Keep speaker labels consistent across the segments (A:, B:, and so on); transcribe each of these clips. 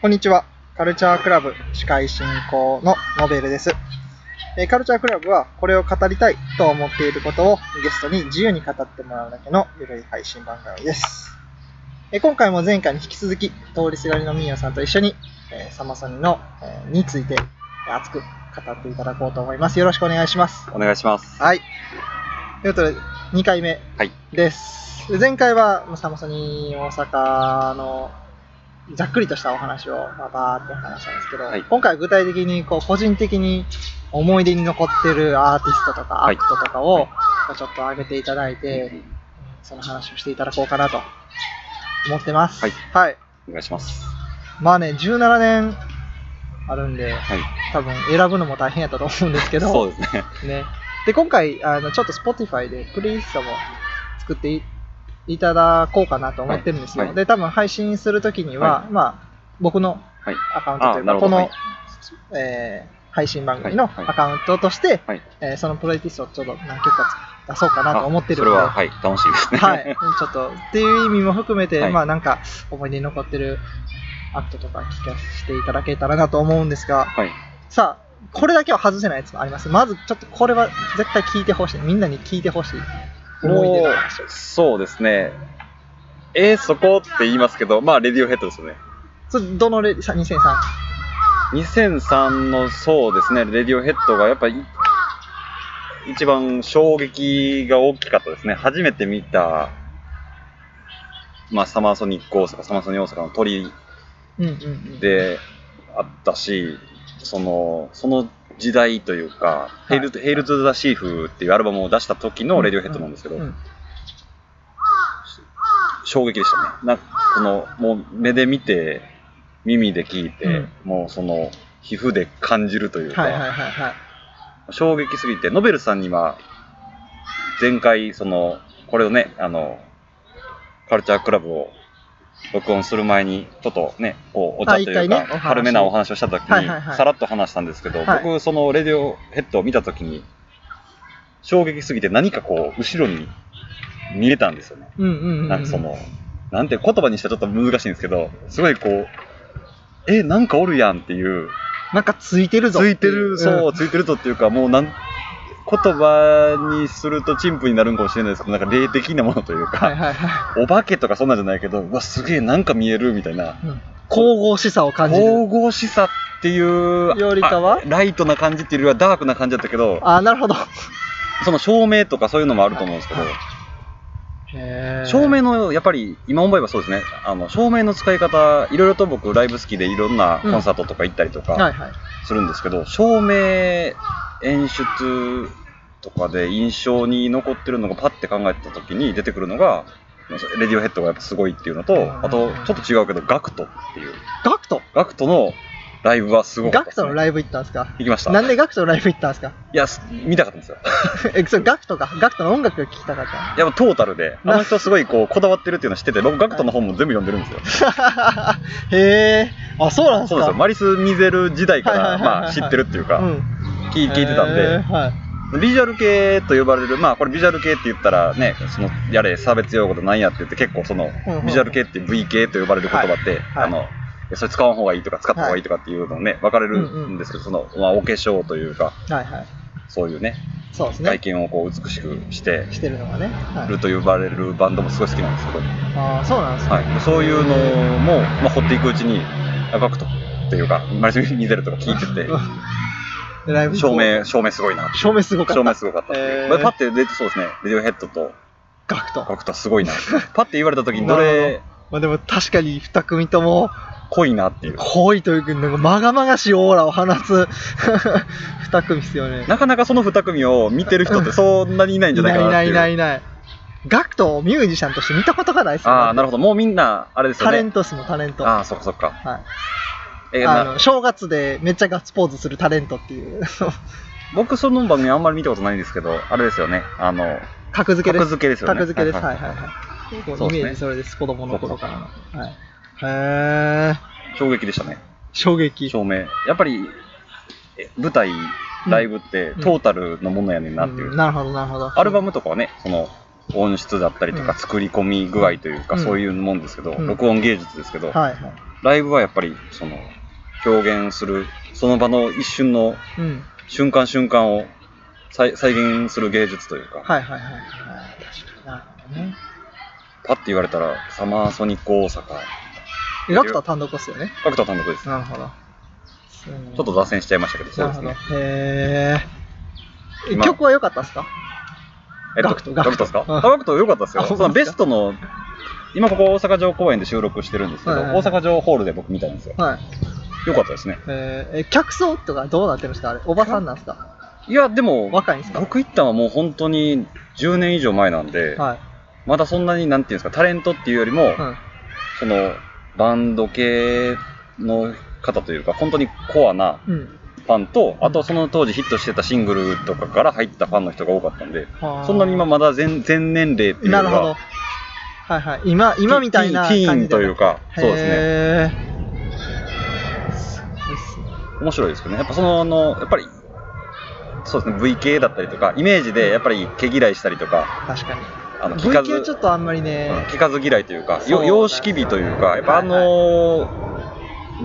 A: こんにちは。カルチャークラブ司会進行のノベルです。えーカルチャークラブはこれを語りたいと思っていることをゲストに自由に語ってもらうだけのゆるい配信番組です。えー今回も前回に引き続き、通りすがりのミーヤさんと一緒に、えーサマソニの、えーについてえー熱く語っていただこうと思います。よろしくお願いします。
B: お願いします。
A: はい。ということで、2回目
B: はい
A: です。で前回は、まあサマソニ大阪のざっくりとしたお話を、まあ、バーって話したんですけど、
B: はい
A: 今回具体的にこう個人的に思い出に残ってるアーティストとかア
B: はい
A: クトとかをちょっと挙げていただいて、その話をしていただこうかなと思ってます。
B: はい
A: はい、
B: お願いします。
A: まあね、17年あるんで、
B: はい。
A: 多分選ぶのも大変やったと思うんですけど、
B: そうですね。
A: ね。で、今回、あの、ちょっと Spotify でプレイリストも作っていいただこうかなと思ってるんですよ。
B: はいはい
A: で、多分配信するときには、
B: は
A: まあ、僕の
B: はい。
A: アカウントという
B: あな
A: か、
B: る
A: こ
B: ほ
A: の、
B: どはい
A: えー配信番組の
B: はいはい
A: アカウントとして、
B: はい
A: えーそのプレイリストをちょっと何曲か出そうかなと思ってる
B: そ
A: んで。
B: れは、はい、楽しいですね。
A: はい、ちょっと、っていう意味も含めて、
B: はい
A: まあなんか、思い出に残ってるアクトとか聞かせていただけたらなと思うんですが、
B: はい。
A: さあ、これだけは外せないやつもあります。まず、ちょっとこれは絶対聞いてほしい。みんなに聞いてほしい。思い出の話。
B: そうですね。えー、そこって言いますけど、まあ、レディオヘッドですよね。
A: それどのレディ、さ2003。
B: 2003の、そうですね、レディオヘッドがやっぱり、一番衝撃が大きかったですね。初めて見た、まあ、サマーソニック大阪、サマーソニー大阪の鳥
A: うんうんうん。
B: であったしそのその時代というか
A: い
B: 「ヘイルヘイルズ・ザ・シーフ」っていうアルバムを出した時のレディオヘッドなんですけど、
A: ううん
B: 衝撃でしたねなんかこのもう目で見て耳で聞いて、
A: うん
B: もうその皮膚で感じるというか、
A: はいはいはいはい。
B: 衝撃すぎてノベルさんには前回そのこれをねあのカルチャークラブを録音する前にちょっとねこうお茶
A: あ
B: という
A: 一回ね
B: か
A: お話
B: 軽めなお話をした時
A: はい
B: に
A: はいはい
B: さらっと話したんですけど
A: はい
B: 僕そのレディオヘッドを見た時に衝撃すぎて何かこう後ろに見れたんですよね
A: うんうんうんうん。
B: なんかそのなんて言葉にしたらちょっと難しいんですけどすごいこうえなんかおるやんっていう
A: なんかついてるぞっ
B: ついて
A: う
B: る、そう、ついてるとっていうか、もうなん、言葉にすると陳腐になるんかもしれないですけど、なんか霊的なものという
A: はい
B: か、
A: はいは
B: お化けとかそんなんじゃないけど、うわ、すげえなんか見えるみたいな、
A: い。うん神々しさを感じる。
B: 神々しさっていう、
A: よりかは
B: あライトな感じっていうよりはダークな感じだったけど、
A: あ、なるほど。
B: その照明とかそういうのもあると思うんですけど、
A: へー
B: 照明の、やっぱり今思えばそうですね、あの照明の使い方、いろいろと僕、ライブ好きでいろんなコンサートとか行ったりとか、
A: はいはい。
B: するんですけど照明演出とかで印象に残ってるのがパッて考えた時に出てくるのがレディオヘッドがやっぱすごいっていうのとあとちょっと違うけどガクトっていう
A: ガクト
B: ガクトのライブはすごか
A: ガ
B: った
A: ク
B: です、
A: ト
B: ね、
A: のライブ行ったんですか
B: 行きました
A: なんでガクトのライブ行ったんですか
B: いやす見たかったんですよ
A: え、それガクトか。ガクトの音楽が聴きたかった。
B: やっぱトータルであの人すごいこうこだわってるっていうの知ってて僕ガクトの本も全部読んでるんですよ
A: へえ。あ、そうなんです
B: そう
A: か。
B: ですよマリス・ミゼル時代か
A: はいはいは
B: ら
A: いはい
B: まあ知ってるっていう
A: う
B: か
A: ん
B: 聞い聞いてたんで、
A: へーはい。
B: ビジュアル系と呼ばれる、まあこれビジュアル系って言ったらね、そのやれ差別用語となんやって言って結構その
A: うんうん
B: ビジュアル系って V 系と呼ばれる言葉って、
A: はい
B: あの、いやそれ使わん方がいいとか使った方がいいとかっていうのね、分かれるんですけど、その、まあお化粧というか、
A: はいはい。
B: そういうね、
A: そうです
B: 外
A: ね。
B: 見をこう美しくして
A: してるのがね。はい
B: る、と呼ばれるバンドもすごい好きなんですけど、
A: ああ、そうなんですね。
B: はい。そういうのも、まあ掘っていくうちに、あガクトっていうか、マリス・ミゼルとか聞いて て、
A: でライブ
B: 照。明、照明すごいなって。
A: 照明すごか
B: 照
A: っ
B: 明
A: た。
B: すごかったって
A: え
B: い
A: ー
B: う。まあパッて出てそうですね、レディオヘッドと、
A: ガクト。
B: ガクタすご いな。パッて言われた時にどれ
A: まあでも確かに二組とも
B: 濃いなっていう。
A: 恋というか、なんかまがまがしいオーラを放つ 二組ですよね。
B: なかなかその二組を見てる人ってそんなにいないんじゃないかなっ
A: な
B: てい。
A: いうないいない。ガクトをミュージシャンとして見たことがないですよね。
B: ああ、なるほど。もうみんな、あれですよ
A: タ
B: ね。
A: レントっすもんタレント。
B: ああ、そっかそっか。
A: はい。
B: えー
A: あ
B: まあ
A: の正月でめっちゃガッツポーズするタレントっていう
B: 僕その番組あんまり見たことないんですけど、あれですよね。あの、
A: 格付けで
B: 格
A: す
B: 付けですよね。
A: 格付けです
B: は
A: はいい
B: は
A: はいい
B: はい
A: はい
B: そう
A: 結構
B: です
A: イ
B: ね
A: メージそれです子供の頃からの、はい、へえ
B: 衝撃でしたね。
A: 衝撃
B: 照明。やっぱり、え舞台、ライブって
A: うん
B: トータルのものやねんなっていう。
A: うんなるほどなるほど
B: アルバ
A: ム
B: ムとかはね、その、音質だったりと
A: う
B: か
A: ん
B: 作り込み具合というか、
A: うん
B: そういうもんですけど、
A: うん
B: 録音芸術ですけど、
A: はい。
B: ライブはやっぱりその表現するその場の一瞬の
A: うん。
B: 瞬間瞬間を再再現する芸術というか、
A: はいはいはい。あー確かになるほどね。
B: パッて言われたらサマーソニック大阪
A: えガクトは単独ですよね。
B: 角田単独です、
A: なるほど。ち
B: ちょっと脱線しちゃいましたけどそうです
A: な
B: ね
A: るほど。へえ。え
B: まあ
A: 曲は良かったですか
B: えっと
A: ガクト
B: ガクトですか
A: うん
B: あガクト良かったですよ
A: あそ
B: そ
A: うなん
B: の
A: で
B: ベ
A: すか
B: ストの今ここ大阪城公園で収録してるんですけど、
A: はいはいはい
B: 大阪城ホールで僕見たんですよ
A: はい。
B: 良かったですね
A: えーえ、客層とかどうなってるんですかあれ、おばさんなんですか
B: いやでも
A: 若いんですか
B: 僕行ったのはもう本当に10年以上前なんで、
A: はい。
B: まだそんなになんていうんですかタレントっていうよりも、
A: うん。
B: そのバンド系の方というか本当にコアな
A: うん。
B: ファンとあとその当時ヒットしてたシングルとかから入ったファンの人が多かったんで
A: はー
B: そんなに今まだ全全年齢っていう
A: な
B: か
A: るほど。はいはい。今、今みたいな
B: テ
A: 感じ
B: ィー
A: で、
B: ンティーンというかそうですね
A: へーすごいっすね。
B: 面白いですけどねやっぱそのあのやっぱりそうですね V 系だったりとかイメージでやっぱり毛嫌いしたりとか
A: 確かに。
B: あの聞か
A: V
B: ず
A: 系ちょっとあんまり
B: うん
A: ね、
B: 聞かず嫌いというか
A: そう
B: よ様式美というかやっぱあの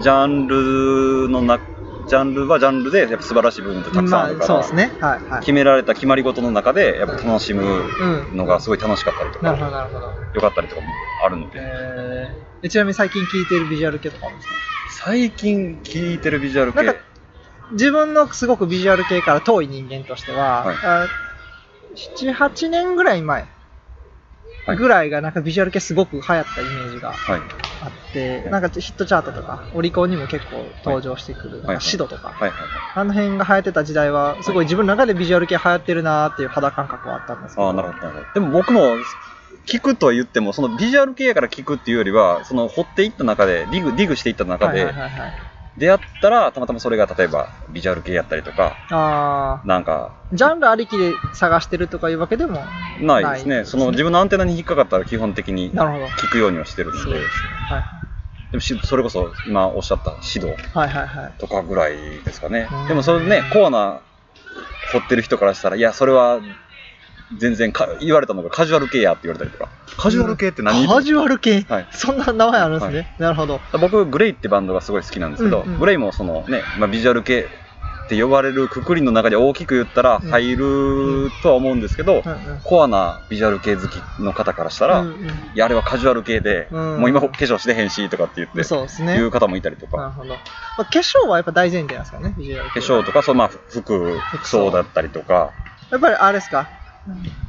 B: ジャンルのなジャンルはジャンルでやっぱ素晴らしい部分ってたくさんある
A: まあ、
B: か
A: そう
B: ら
A: ですね。はいはい。
B: 決められた決まり事の中でやっぱ楽しむのがすごい楽しかったりと
A: なる
B: か
A: ほど、なるほど。
B: 良かったりとかもあるので
A: えー、ちなみに最近聴いてるビジュアル系とかあるんですか
B: 最近聴いてるビジュアル系
A: なんか自分のすごくビジュアル系から遠い人間としては、
B: はい
A: あ7、8年ぐらい前
B: はい
A: ぐらいがなんかビジュアル系すごく流行ったイメージが
B: はい
A: あって、
B: はい
A: なんかヒットチャートとか、オリコンにも結構登場してくる、
B: い
A: なんかシドとか、
B: はいはいはい
A: あの辺が流行ってた時代は、すごい自分の中でビジュアル系流行ってるなーっていう肌感覚はあったんですけ
B: あ
A: ど。
B: あなるほどなるほどでも僕も聞くとは言ってもそのビジュアル系やから聞くっていうよりはその掘っていった中でディグディグしていった中
A: はい
B: で
A: はいはいはい。
B: 出会ったらたまたまそれが例えばビジュアル系やったりとか
A: あ
B: なんか
A: あ、ジャンルありきで探してるとかいうわけでも、
B: ないです
A: ない
B: ね
A: ですね
B: その自分のアンテナに引っかかったら基本的に
A: なるほど。
B: 聞くようにはしてる
A: そ
B: の
A: うで
B: です
A: ね。はい
B: でもしそれこそ今おっしゃった指導
A: はいはいはい。
B: とかぐらいですかね
A: うん
B: でもそれねコアな掘ってる人からしたらいやそれは全然か言われたのがカジュアル系やって言われたりとかカジュアル系って何、
A: カジュアル系、
B: はい
A: そんな名前あるんですね、
B: は
A: なるほど
B: 僕グレイってバンドがすごい好きなんですけど、
A: うんうん
B: グレイもそのね、まあ、ビジュアル系って呼ばれるくくりの中で大きく言ったら
A: うん
B: 入るとは思うんですけど、
A: うんうん
B: コアなビジュアル系好きの方からしたら、
A: うん
B: い
A: うん
B: やあれはカジュアル系で、
A: うん
B: もう今化粧してへんしとかって言って、
A: そうですね
B: いう方もいたりと
A: なる
B: か、
A: ほど、まあ、化粧はやっぱ大前提なんですかねビジュアル
B: 化粧とかそう、まあ、服
A: 服装
B: 装だったりとか
A: やっぱりあれですか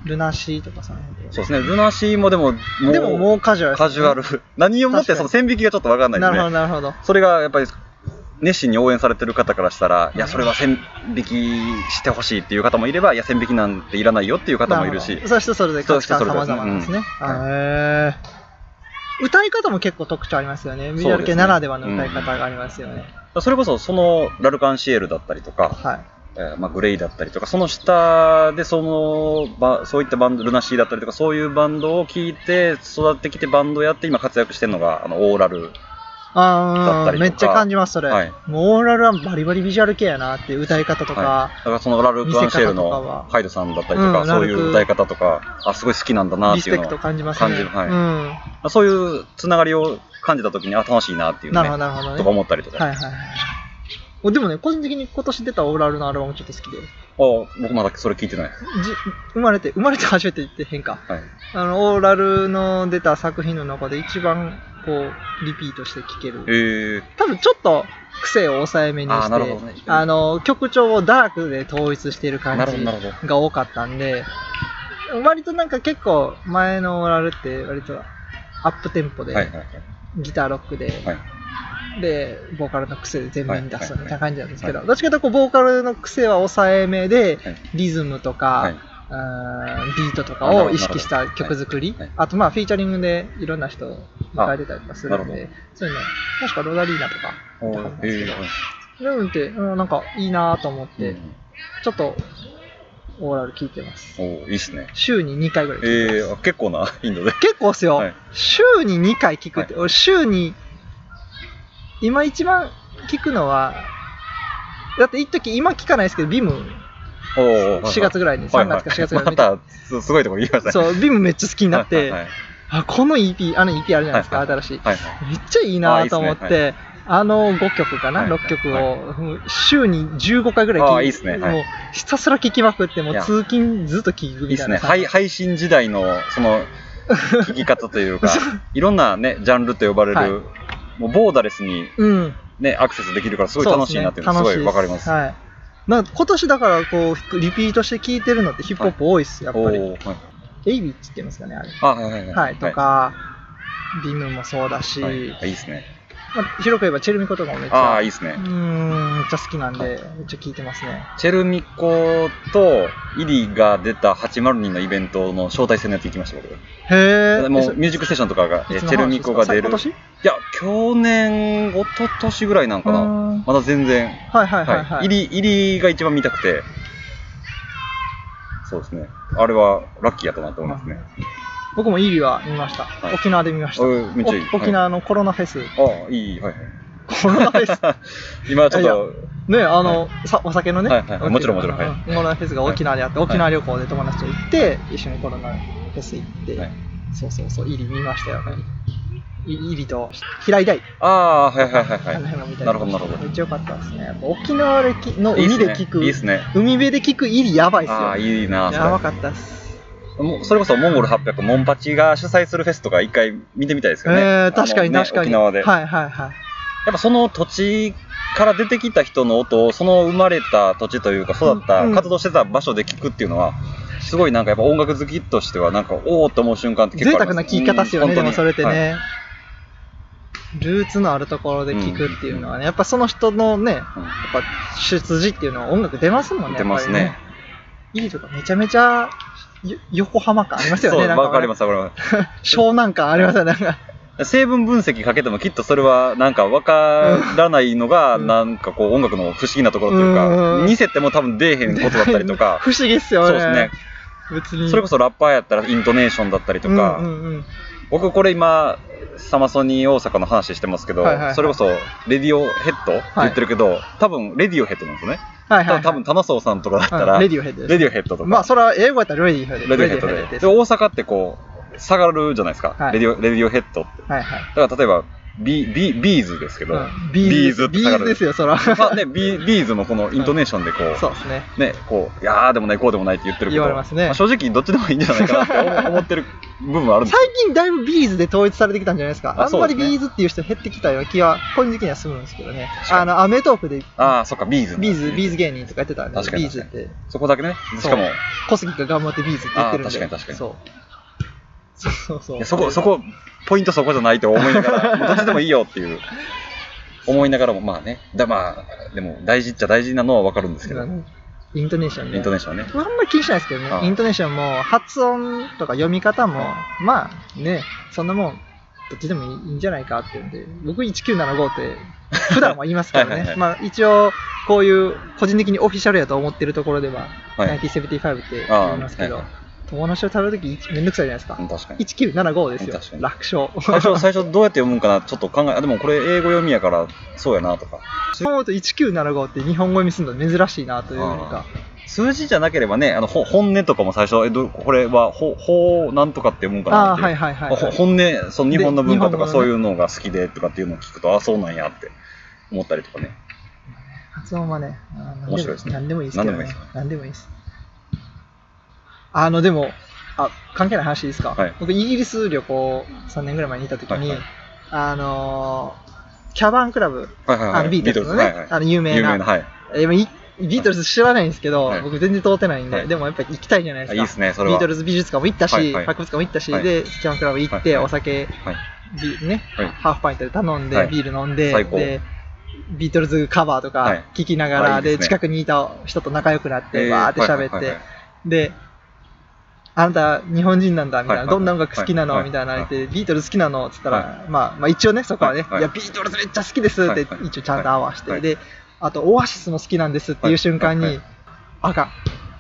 A: ルナシーとかさ
B: そうですねルナシーもでももう
A: でももうカジュアルですね、
B: カジュアル何をもって
A: 確か
B: そ
A: に
B: の線引きがちょっと分かんないで
A: な
B: す
A: るほど
B: ね
A: なるほど
B: それがやっぱり熱心に応援されてる方からしたら、
A: うん
B: いや、それは線引きしてほしいっていう方もいれば、いや、線引きなんていらないよっていう方もいる
A: な
B: し
A: ほど、それは人それぞれ価値観
B: 人それ
A: 様
B: ぞれ
A: 々なんですね、
B: うん
A: あへー歌い方も結構特徴ありますよねビジュアル系ならではの歌い方がありますよね
B: それこそそのラルカンシエルだったりとか、
A: はい
B: えーまあ、グレイだったりとか、その下でそのば、そういったバンド、ルナシーだったりとか、そういうバンドを聞いて、育ってきてバンドやって、今活躍してるのが、あのオーラル、だ
A: あ
B: った
A: あ
B: りとか
A: めっちゃ感じますそれ、
B: はい
A: もうオーラルはバリバリビジュアル系やなっていう歌い方とか、
B: はい、だからそのラルカンシエ
A: 見せ方
B: ル
A: とかは
B: のハイドさんだったりとか、
A: うん
B: そうい
A: ラルク
B: う歌い方とか、あ、すごい好きなんだなっ
A: リ
B: て
A: ス
B: いう
A: ペ
B: の
A: クト
B: は
A: 感じますね。
B: 感じるはい
A: うん。
B: まあそういうつながりを感じたときに、あ、楽しいなっていう
A: な
B: ね
A: るほど、なるほどね。
B: とか思ったりとか、
A: はいはいはいお。でもね、個人的に今年出たオーラルのアルバムちょっと好きで、じ
B: あ僕まだそれ聞いてないです。
A: 生まれて、生まれて初めて言って変か。
B: はい。
A: あの、オーラルの出た作品の中で一番、こう、リピートして聴け
B: え
A: る。多分ちょっと癖を抑えめにして、
B: あーなるほどね
A: あの、曲調をダークで統一してる
B: ー、
A: 感
B: なるほど、なる
A: じ
B: ほど。
A: が多かったんで、割となんか結構前のオーラルって割とアップテンポで、
B: はいはいはい。
A: ギターロックで、
B: はい
A: で、ボーカルの癖で全面に出すみたいな感じなんですけど、
B: はい
A: どっちかというとこう、ボーカルの癖は抑えめで、
B: はい
A: リズムとか、
B: はい。
A: あービートとかを意識した曲作り、
B: なるほど
A: あとまあフィーチャリングでいろんな人を迎えてたりとかするん
B: あなる
A: で、そういうの、確かロダリーナとか、
B: お
A: なるほど
B: ーえーはい
A: そういうのって、うんなんかいいなと思って、
B: うん
A: ちょっとオーラル聴いてます。
B: おーいいっすね。
A: 週に2回ぐらい聴いてます。
B: えー、あ結構な頻度で。
A: 結構っすよ、
B: はい
A: 週に2回聞くって、俺週に今 一番聞くのはだって一時今聞かないですけどビム
B: おーはいはい
A: 4月ぐらいに、
B: は
A: 3
B: いはい
A: 月か4月ぐらいに
B: ま
A: 見て、
B: たすすごいとこ言いましたね。
A: そう、ビムめっちゃ好きになっ
B: はい
A: て
B: はい、はい
A: あこの EP、あの EP あるじゃないですか、
B: はいは
A: 新しい。
B: はいはい
A: めっちゃいいなと思っ
B: あいいっ
A: て、あの5曲かな、
B: はい
A: 6曲を、
B: はい
A: もう週に15回ぐらい
B: あ
A: 聴
B: いいっすねはい
A: もうひたすら聴きまくって、もう
B: いや
A: 通勤ずっと聴く
B: いい
A: み
B: った
A: い
B: す
A: な
B: ね。はい配信時代の、その、聞き方 というか、いろんなね、ジャンルと呼ばれる、
A: はい
B: もうボーダレスに
A: うん。
B: ね、アクセスできるから、すごい楽しいなっていうのはす
A: そ
B: ご
A: うで
B: い
A: ね
B: わかります。
A: はい。な今年だからこう、リピートして聴いてるのってヒップホップ多いっす、やっ
B: お
A: ぱり。
B: おーはい
A: エイビーって言ってますかね、あれ。
B: あ、はいはいはい。
A: はい、とか、ビムもそうだし、
B: はい、はいいいですね。
A: まあ、広く言えばチェルミコとかもめっち
B: あ
A: ゃ、
B: あ、いいですね
A: う。ーん、めっちゃ好きなんで、めっちゃ聴いてますね。
B: チェルミコとイリが出た802のイベントの招待制のやつ行きました、僕。
A: へえ。
B: も
A: えそう
B: ミュージックステーションとかが、え
A: いつの話
B: チェルミコが出る。
A: ですかさ
B: いや、去年、一昨年ぐらいなんか
A: 今年
B: な。
A: うーん
B: まだ全然。
A: はいはいはい
B: は。
A: はいい。
B: 入り、入りが一番見たくて。そうですね。あれはラッキーやったなと思いますね。
A: 僕もイリは見ました、
B: はい
A: 沖縄で見ました。
B: あめっちゃいい。
A: お沖縄のコロナフェス。
B: はい。ああ、いい、はいはい。
A: コロナフェ ス
B: 今ちょっ
A: いやい
B: と、
A: ね、あの、さお酒のね、
B: はいはいはいもちろんもちろん
A: 沖縄の
B: は
A: コロナフェスが沖縄であって、
B: はい
A: 沖縄旅行で友達と行って、一緒にコロナフェス行って、
B: はい
A: そうそうそう、イリ見ましたよ、
B: はい
A: いイリと平井大、
B: ああ、はいはいは
A: あ
B: い
A: の
B: は
A: 辺が見たり
B: なるほどなるほど
A: めっちゃ良かったですね。やっぱ沖縄できの
B: い。い
A: 海
B: いっすね
A: で聞く、
B: いいっすね。
A: 海辺で聞くイリやばいっすよ。
B: ああ、いいな
A: やば
B: そ
A: かったっす。
B: れもうそれこそモンゴル800、モンパチが主催するフェスとか一回見てみたいです
A: え
B: よね。
A: ー、確かに
B: あのね
A: 確かに。
B: 沖縄で。
A: はいはいはい。
B: やっぱその土地から出てきた人の音をその生まれた土地というか育った
A: うんうん
B: 活動してた場所で聞くっていうのはすごいなんかやっぱ音楽好きとしてはなんかおおって思う瞬間って結
A: 贅
B: 構あ
A: 沢
B: り
A: な
B: ま
A: 聞き方ですよ
B: う
A: ね、
B: ん
A: でもそれってね、
B: 本当にはい
A: ルーツのあるところで聞くっていうのはね、やっぱその人のね、やっぱ出自っていうのは音楽出ますもん
B: うん
A: ね、
B: 出ます
A: やっ
B: ね
A: ぱ。りね。いいとかめちゃめちゃよ横浜感ありますよ
B: そ
A: ね、
B: う、
A: なんか、
B: わかります、わかりま
A: 湘南感ありますよね、なんか。
B: す。成分分析かけてもきっとそれはなんかわからないのが
A: うん
B: なんかこう音楽の不思議なところという
A: う
B: か、
A: ん
B: 似せても多分出えへんことだったりとか、
A: 不思議っすよね。
B: そうですね。
A: 別に。
B: それこそラッパーやったらイントネーションだったりとか、
A: うんうんうん
B: 僕これ今サマソニー大阪の話してますけど、
A: はいはいはい
B: それこそレディオヘッドって言ってるけど、多分レディオヘッドなんですよね、
A: はいはい、はい。
B: 多分玉荘さんとかだった
A: う
B: ら、
A: んレ
B: レデ
A: ディオヘッドです。
B: ィオヘッドとか、
A: まあ、それは英語やったらレディオヘッド
B: レディオヘッドで
A: レディオヘッ
B: で
A: ドで
B: 大阪ってこう下がるじゃないですか、
A: はい
B: レディオレディオヘッドって
A: す。はいはい。
B: だから例えばビビビーズですけど、
A: うん
B: ビ
A: ビ
B: ー
A: ー
B: ズ
A: ズ
B: って
A: ビ
B: 下が
A: ー
B: る
A: ズですよ、そら。
B: まあね、ビビーズもこのイントネーションでこ う、
A: そうですね。
B: ね、こういやーでもないこうでもないって言ってるけ
A: 言
B: ど
A: われますね
B: あ正直どっちでもいいんじゃないかなって思思ってる部分はあるんです
A: 最近だいぶビーズで統一されてきたんじゃないですか。
B: あ
A: あんまり
B: そうですね
A: ビーズっていう人減ってきたような気は、個人的にはするんですけどね
B: 確。か
A: あ
B: に
A: の、アメトークで
B: ああそっかビーズなん
A: ビ
B: で
A: ー
B: すね
A: ズ、ビーズ芸人とかやってたんで
B: 確、かに
A: ビーズって、
B: そこだけねしかも
A: そう小杉が頑張ってビーズって言ってるんで。
B: あー確かに確かに
A: そう。そうそう
B: い
A: そう。
B: やそこ、そこ、ポイントそこじゃないと思いなが ら、もうどっちでもいいよっていう、思いながらも、まあね、だまあ、でも大事っちゃ大事なのはわかるんですけど、
A: 今
B: イン
A: ねイントネーションね。
B: トネーションはね。
A: あんまり気にしないですけどね
B: あ。ー
A: イントネーションも、発音とか読み方も、まあね、そんなもん、どっちでもいいいいんじゃないかっていうんで、僕1975って、普段は言いますか
B: はい
A: ら
B: はいは
A: ね
B: い。
A: まあ一応、こういう、個人的にオフィシャルやと思ってるところでは、
B: はい。
A: 1975って言いますけ
B: あー
A: ど
B: は、
A: 友達と食べるときめんどくさいじゃないです
B: う
A: か。
B: ん確かに。
A: 1975ですよ
B: 確か。に
A: 楽勝。
B: 最初、最初どうやって読むんかな、ちょっと考え、あ、でもこれ英語読みやから、そうやなとか。
A: そう思うと1975って日本語にするの珍しいなというか、
B: 数字じゃなければね、あの、ほ本音とかも最初、え、ど、これは、ほ、ほう、なんとかって読むんかな
A: あ
B: っ
A: あ
B: て
A: ー、
B: いう。
A: はいはいはい
B: あ
A: は
B: ほ
A: い。
B: 本音、その日本の文化
A: で日本語
B: とか
A: のね
B: そういうのが好きでとかっていうのを聞くと、あ、そうなんやって思ったりとかね。
A: 発音はね、あー
B: 面白いですね
A: 何でもいいですけどね。
B: 何
A: 何でもいいです。あの、でも、あ、関係ない話いいですか、
B: はい
A: 僕、イギリス旅行3年ぐらい前にいた時に、
B: はいはい
A: あのーキャバンクラブ、
B: はいはい
A: あ
B: は
A: のビ
B: い。
A: ートルズのね、
B: はいはい
A: あの有名
B: 有
A: な
B: 名な、はい。
A: えーいビートルズ知らないんですけど、
B: はい
A: 僕全然通ってないんで、
B: はい
A: でもやっぱり行きたいじゃないです
B: あ
A: か。
B: いいですね、それ
A: ビ
B: は。
A: ートルズ美術館も行ったし、
B: はいはい
A: 博物館も行ったし、
B: はい
A: で、キャバンクラブ行って、
B: はいはい
A: お酒、
B: はい
A: ビね、
B: はい
A: ハーフパイントで頼んで、
B: はい
A: ビール飲んで
B: 最高
A: で、ビートルズカバーと
B: はい
A: か聞きながら、
B: あいいです
A: で
B: ね
A: 近くにいた人と仲良くなって、
B: えー
A: わーって喋って、
B: はいはいはい
A: で、あなた日本人なんだみたいな、
B: はいはいはい
A: どんな音楽好きなの、
B: はい
A: みたいな
B: はい
A: 言って、ビートルズ好きなのって言ったら、まあ、まあ一応ね、そこはね、
B: はいはい
A: いや、ビートルズめっちゃ好きですっ
B: は
A: て
B: いはい
A: 一応ちゃんと合わせて、
B: はい
A: で、あとオアシスも好きなんですっていう瞬間に、
B: はいはい
A: あかん、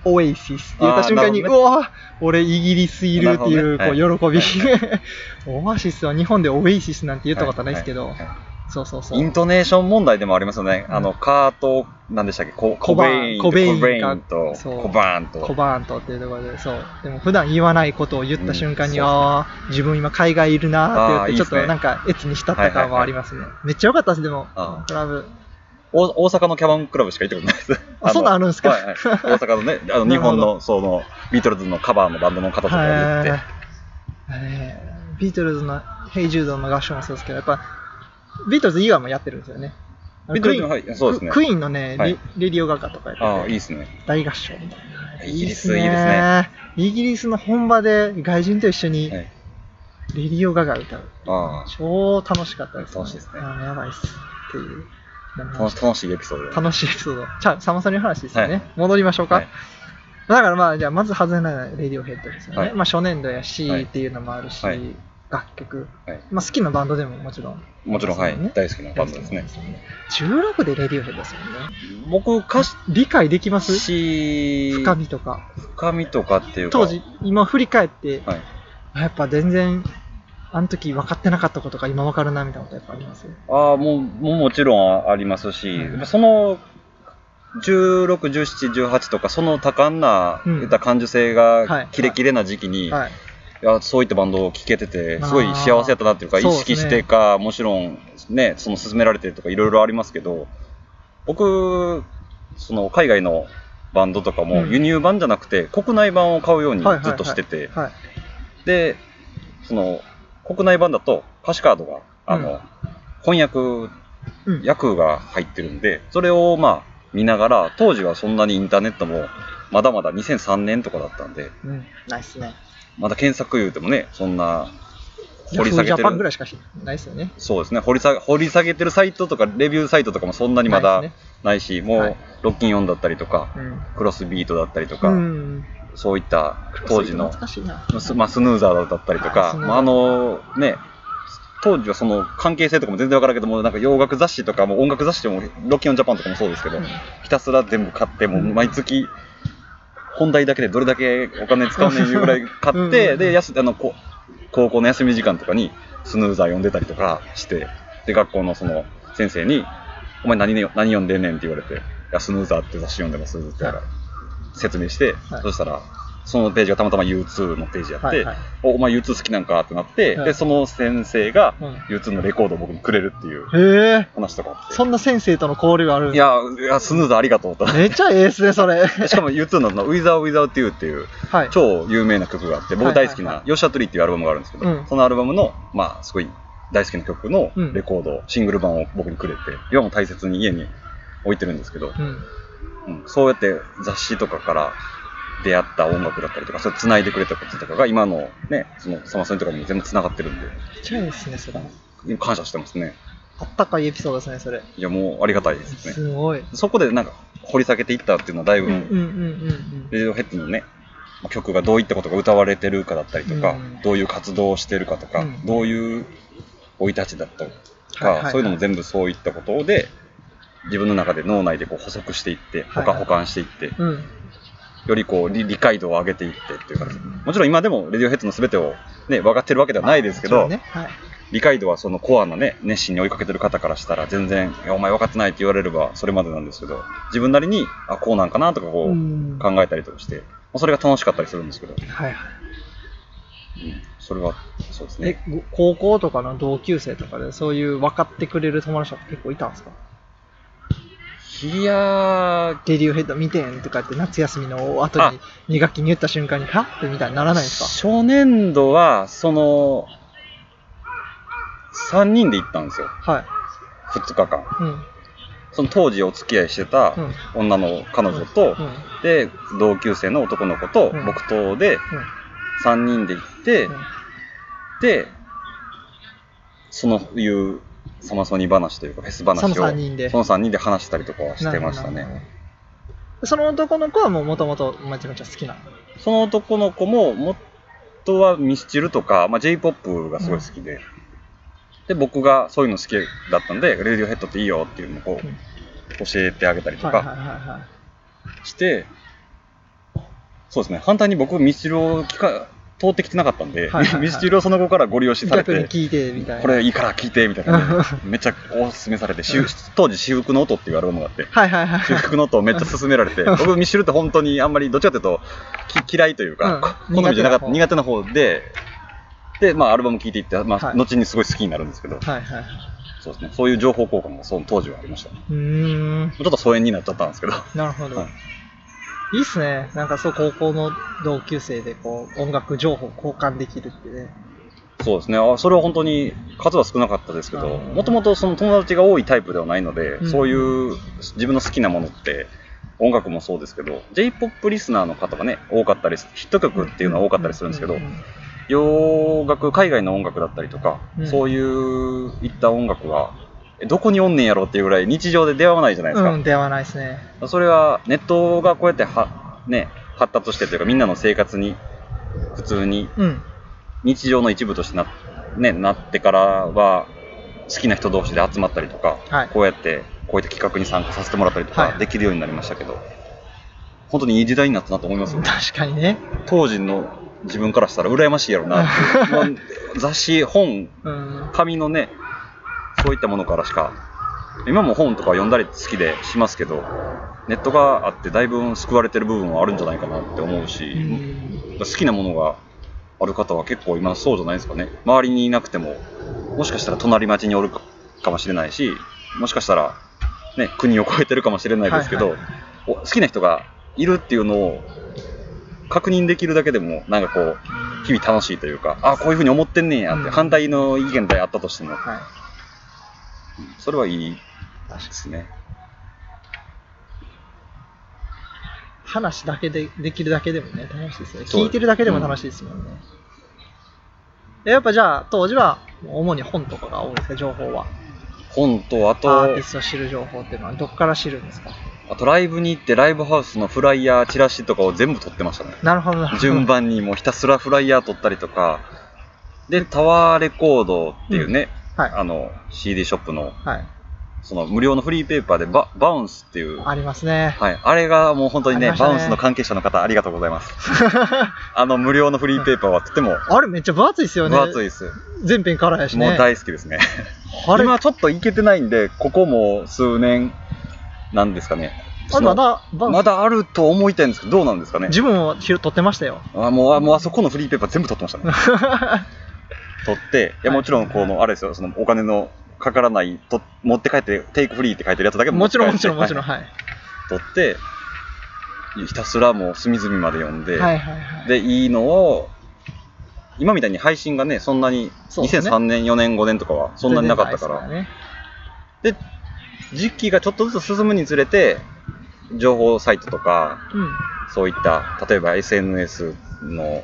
A: オエシスって言った瞬間に、
B: あーなる
A: うわ俺イギリスいるってい
B: なるほどね
A: うこう喜び、
B: はい
A: オアシスは日本でオエシスなんて言ったことはないですけど、
B: ははは
A: そうそうそう。
B: イントネーション問題でもありますよね。
A: うん
B: あの、カート、なんでしたっけ、コ
A: コ
B: コ
A: バ
B: ベ
A: ーン
B: インと、コベイン
A: コベイン
B: と、
A: かそう
B: コバーン
A: コ
B: と。
A: バーンとっていうところで、そう。でも普段言わないことを言った瞬間に、
B: うん
A: ああ、自分今海外いるなーって
B: あーい
A: 言
B: い
A: って、
B: で
A: ち
B: す
A: ょっ
B: ね
A: となんか、エツに浸った感はありますね。めっちゃ良かったです、でも
B: あ、ー
A: クラブ。
B: お大阪のキャバンクラブしか行ったことないです。
A: あそんなんあるんですか
B: はいはい大阪のね、あの
A: な
B: 日
A: るほど
B: 本の、その、ビートルズのカバーのバンドの方とかに行って
A: はい。えービートルズのヘイジュードの合唱もそうですけど、やっぱ、ビートルズ以外もやってるんですよね。
B: ビートル
A: クイ
B: ズ
A: ーン
B: のはいそうですね
A: クイーンのね、
B: はい
A: レレディオガガとかやってて
B: ああ、いいですね。
A: 大合唱みたいな。
B: イギリス
A: っ
B: いいですね。
A: イギリスの本場で外人と一緒に
B: は
A: レ
B: い。
A: ディオガガ歌う。
B: ああ
A: 超楽しかったです、
B: 楽しいですね
A: あやばいっす。っていう。
B: 楽し、楽しいエピソード。
A: 楽しいエピソード。じゃあ、さんまさんの話ですよね。
B: はい
A: 戻りましょうか。
B: はい
A: だからまあ、じゃあまず外れないレディオヘッドですよね。
B: はい
A: まあ初年度やし、
B: はい
A: っていうのもあるし、
B: はい
A: 楽曲、
B: はい
A: まあ好きなバンドでももちろん。
B: もちろん、はい
A: ね。
B: 大好きなバンドですね。
A: 16でレディオヘッドですよね。
B: 僕、歌詞、
A: 理解できます
B: 詞
A: 深みとか。
B: 深みとかっていうか。
A: 当時、今振り返って、
B: はい。
A: やっぱ全然、あの時分かってなかったことが今分かるなみたいなことやっぱありますよ。
B: ああ、もう、もうもちろんありますし、
A: うん
B: その、16、17、18とか、その多感な、
A: うん
B: 言った感受性
A: は
B: が
A: い、
B: キレキレな時期に、
A: はい。
B: いやそういったバンドを聴けてて、
A: まあ
B: すごい幸せやったなっていうか、意
A: そうですね
B: 識してか、もちろん、ね、その勧められてとか、いろいろありますけど、僕、その海外のバンドとか
A: う
B: も、
A: ん
B: 輸入版じゃなくて、国内版を買うように
A: はいはいはい
B: ずっとしてて、
A: はい。
B: で、その、国内版だと、歌詞カードが、あ
A: う
B: の、翻訳
A: うん。
B: 役が入ってるんで、それをまあ見ながら、当時はそんなにインターネットもまだまだ2003年とかだったんで、
A: うん。ないっすね。
B: まだ検索言うてもね、そんな掘り
A: Yahoo
B: 下げ
A: ジ
B: て
A: ャパンぐら
B: る、
A: いしかしないですよね。
B: そうですね掘り下げ、掘り下げてるサイトとか、レビューサイトとかもそんなにまだ
A: ないっす
B: ないし、も
A: はいう
B: ロッキンオンだったりとか、
A: ね
B: クロスビートだったりと
A: う
B: か、
A: ん。うん。
B: そういった当時の
A: 懐かしいな。
B: ス,、まあ、スヌーザーだったりと
A: あ
B: か、
A: スヌーザー
B: まあ、あのね、当時はその関係性とかも全然わからんけども、なんか洋楽雑誌とかも音楽雑誌でも、ロッキンオンジャパンとかもそうですけど、ひたすら全部買って、もう毎月、本題だけでどれだけお金使うねんいうぐらい買
A: うんうんう
B: っ
A: ん
B: て、で、やすあのこ高校の休み時間とかにスヌーザー読んでたりとかして、で、学校のその先生に、お前何,、ね、何読んでんねんって言われて、いや、スヌーザーって雑誌読んでますって言ったら説明して、
A: はい
B: そしたら、そのページがたまたま U2 のページやって、
A: はいはい
B: おお前 U2 好きなんかってなって、
A: はい
B: で、その先生が
A: うん
B: U2 のレコードを僕にくれるっていう
A: へえ。
B: 話とかあって。
A: そんな先生との交流がある
B: いや、いやスヌーザーありがとうと。
A: めっちゃええっすね、そ れ。
B: しかも U2 のあの With or Without You っていう
A: はい。
B: 超有名な曲があって、僕大好き
A: はいはい
B: な Yoshia Tree っていうアルバムがあるんですけど、
A: うん
B: そのアルバムの、まあ、すごい大好きな曲の
A: うん
B: レコード、シングル版を僕にくれて、今も大切に家に置いてるんですけど、
A: うん。
B: うんそうやって雑誌とかから出会った音楽だったりとか、それ繋いでくれたこととかが今のね、そのサマソニとかにも全部繋がってるんで、
A: めっちゃええっすね、それ。
B: 今感謝してますね。
A: あったかいエピソードですね、それ。
B: いや、もうありがたいですね。
A: すごい。
B: そこでなんか掘り下げていったっていうのはだい
A: うん
B: ぶ、
A: うんうんう
B: レ
A: ん
B: ディオヘッドのね、まあ曲がどういったことが歌われてるかだったりとか、
A: うん
B: どういう活動をしてるかとか、
A: うん
B: どういう生い立ちだったとか、
A: はいはいはい
B: そういうのも全部そういったことで、自分の中で脳内でこう補足していって、
A: はい
B: 他保管していって、
A: うん。うん。
B: よりこう理理解度を上げていってっていう感じもちろん今でもレディオヘッドの全てを、ね、分かってるわけではないですけ
A: そ
B: ど、
A: うね。はい。
B: 理解度はそのコアなね熱心に追いかけてる方からしたら全然いや「お前分かってない」って言われればそれまでなんですけど自分なりにあこうなんかなとかこう
A: うんはい
B: 考えたりとかして、まあそれが楽しかったりするんですけど、うん
A: はい。
B: それはそうです
A: え
B: ね、
A: ご高校とかの同級生とかで、そういう分かってくれる友達とか結構いたんですか
B: いやー
A: レディオヘッド見てんとかって夏休みの後に2学期に言った瞬間に、はってみたいにならないですか
B: 初年度はその3人で行ったんですよ
A: はい。
B: 2日間
A: うん。
B: その当時お付き合いしてた
A: うん。
B: 女の彼女
A: う
B: と、
A: ん。
B: で同級生の男の子と
A: うん
B: 僕とで3人で行って、
A: うん。うん
B: でそのいうサマソニ話というかフェス話を
A: その3人で
B: その3人で話したりとかはしてました
A: なるほ
B: ね
A: ど。その男の子はもうもともとめちゃめちゃ好きな。
B: その男の子も元はミスチルとか、まあ、j p o p がすごい好きで、で僕がそういうの好きだったんで「レディオヘッドっていいよ」っていうのをこう
A: うん
B: 教えてあげたりと
A: はいはいは
B: か
A: いはい。
B: して、そうですね反対に僕ミスチルを聞か通ってきてなかったん
A: は
B: で、
A: いはいはい
B: ミスチルをその後からご利用しされ
A: 逆に
B: て、
A: 聞いてみたいな。
B: これいいから聴いてみたいな 感じで、めっちゃおすすめされて、しゅ当時、私服の音っていうアルバムがあって、
A: はいはいはい
B: 私
A: はい。
B: 服の音をめっちゃ勧められて、僕、ミスチルって本当にあんまりどっちかというとき嫌いというか、
A: うん
B: 好みじゃなかった、
A: 苦
B: 苦手な方で、で、まあ、アルバム聴いていって、まあ、
A: はい
B: 後にすごい好きになるんですけど、
A: はいはい。
B: そうですね、そういう情報交換がその当時はありましたね。
A: うーん。
B: ちょっと疎遠になっちゃったんですけど、
A: なるほど。
B: はい
A: いいっすね。なんかそう、高校の同級生でこう、音楽情報交換できるってね。
B: そうですねあそれは本当に数は少なかったですけ
A: あ
B: ど
A: ー
B: もともとその友達が多いタイプではないので、
A: うん
B: そういう自分の好きなものって音楽もそうですけど j p o p リスナーの方がね多かったりすヒット曲っていうのは多かったりするんですけど、
A: ううん
B: 洋楽海外の音楽だったりとか、
A: うん
B: そういういった音楽がえどこにおんねんやろっていうぐらい日常で出会わないじゃないです
A: うん、
B: か、
A: ではないですね。
B: それはネットがこうやっては、ね、発達してというかみんなの生活に普通に
A: うん。
B: 日常の一部としてな,、ね、なってからは好きな人同士で集まったりとか、
A: はい
B: こうやってこういった企画に参加させてもらったりと
A: は
B: か
A: い
B: できるようになりましたけど、本当にいい時代になったなと思いますよ
A: 確かにね。
B: 当時の自分からしたら羨ましいやろうなっていうもう雑誌本
A: うん。
B: 紙のねそういったものからしか今も本とか読んだり好きでしますけどネットがあってだいぶ救われてる部分はあるんじゃないかなって思うし、
A: うん
B: 好きなものがある方は結構今そうじゃないですかね周りにいなくてももしかしたら隣町におるかかもしれないしもしかしたら、ね、国を越えてるかもしれないですけど、
A: はいは
B: お好きな人がいるっていうのを確認できるだけでもなんかこう日々楽しいというかあこういうふうに思ってんねんやって、
A: うん
B: 反対の意見であったとしても
A: はい。
B: それはいい
A: 確か
B: で
A: に
B: すね
A: 話だけでできるだけでもね、楽しいですよね。
B: そう
A: 聞いてるだけでも楽しいですもんね。えやっぱじゃあ、当時は主に本とかが多いですか、情報は。
B: 本とあと
A: アーティストを知る情報っていうのは、どこから知るんですか
B: あとライブに行ってライブハウスのフライヤーチラシとかを全部取ってましたね
A: なるほど、なるほど。
B: 順番にもうひたすらフライヤー取ったりとか、で、タワーレコードっていうね、
A: はい。
B: あの、CD ショップの、
A: はい。
B: その無料のフリーペーパーでバ、バウンスっていう、
A: ありますね。
B: はい、あれがもう本当に
A: あり
B: ね、
A: ました
B: バ
A: ね
B: ウンスの関係者の方、ありがとうござ います。あの無料のフリーペーパーはとても
A: あれめっちゃ分厚いですよね。
B: 分厚いです。
A: 全編からやしね。
B: もう大好きですね。
A: あれ、
B: 今ちょっと行けてないんで、ここも数年なんですかね。
A: あれまだ、
B: そ
A: バ
B: の
A: ン
B: まだあると思いたいんですけど、どうなんですかね。
A: 自分も拾撮ってましたよ。
B: あもうあもうあそこのフリーペーパー全部取ってましたね。 取って、いや
A: はい
B: もちろんこの、あれですよ、そのお金のかからないと、持って帰って、テイクフリーって書いてるやつだけ
A: もちろん、もちろん、もちろん、
B: ん。
A: はい。
B: 取って、ひたすらもう隅々まで読んで、
A: はいはいはい。
B: で、いいのを、今みたいに配信がね、そんなに、
A: そうですね
B: 2003年、4年、5年とかはそんなになかったから、
A: 全然ないです
B: で、時期がちょっとずつ進むにつれて、情報サイトとか、
A: からね。
B: そういった例えば SNS の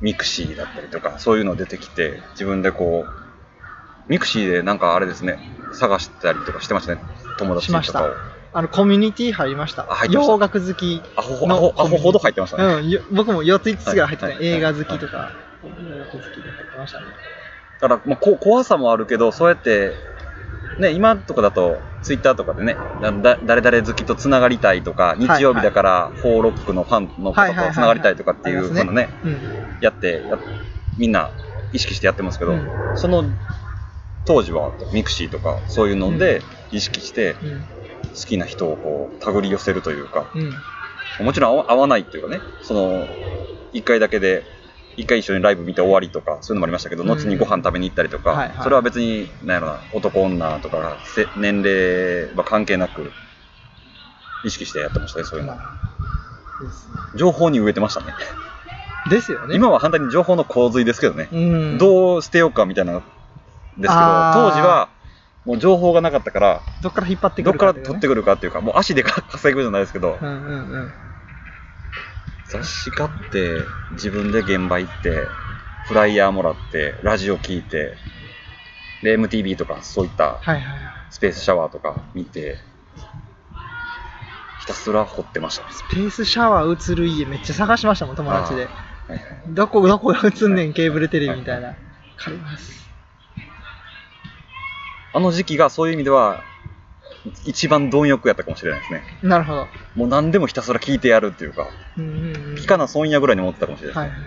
B: ミクシーだったりとかそういうの出てきて自分でこうミクシーでなんかあれですね探したりとかしてましたね友達
A: しまし
B: と
A: た
B: かを
A: うん。あの、コミュニティ入りました
B: あ入。ってました
A: 洋楽好き。
B: アホ
A: の
B: アホアホほど入ってましたね、
A: うん、よ僕も4つ5つぐらい入ってた、
B: はいはい
A: 映画好きとか、洋楽好きとか入ってましたね。
B: だから、まあ、こ怖さもあるけどそうやって、ね、今とかだとツイッターとかでねだだ誰々好きとつながりたいとか
A: いはい
B: 日曜日だからホーロックのファンの方とつながりたいとかってい
A: は
B: う
A: いはいは
B: こ
A: いはい
B: のね
A: うん。
B: やってやみんな意識してやってますけど、
A: う
B: その当時はミクシーとかそういうので意識して
A: うん。
B: 好きな人をこう手繰り寄せるというか
A: うん。
B: もちろん合わ合わないっていうかねその1回だけで1回一緒にライブ見て終わりとかそういうのもありましたけど、
A: うん
B: 後にご飯食べに行ったりとか、
A: はいはい
B: それは別になんやろな男女とかせ年齢は関係なく意識してやってましたねそういうの
A: ですね
B: 情報に飢えてましたね
A: ですよね。
B: 今は反対に情報の洪水ですけどね
A: うん、
B: どう捨てようかみたいなんですけど、当
A: あー
B: 時はもう情報がなかったから、
A: どっから引っ張って
B: ど
A: く
B: っ
A: る
B: から
A: という
B: 取っ
A: ね
B: てくるかっていうか、もう足でか稼ぐじゃないですけど、
A: うんうんうん。
B: 雑誌買って、自分で現場行って、フライヤーもらって、ラジオ聞いて、で、MTV とか、そういった
A: はいはいはい。
B: スペースシャワーとか見て、ひたすら掘ってましたね。
A: スペースシャワー映る家めっちゃ探しましたもん、友達で。
B: はいはい
A: どこどこが映んねん、ケーブルテレビみたい
B: は
A: な。借ります。
B: あの時期がそういう意味では、一番貪欲やったかもしれないですね。
A: なるほど。
B: もう何でもひたすら聞いてやるっていうか、
A: うんうんうん。
B: ピカなソンヤぐらいに思ってたかもしれないですね
A: は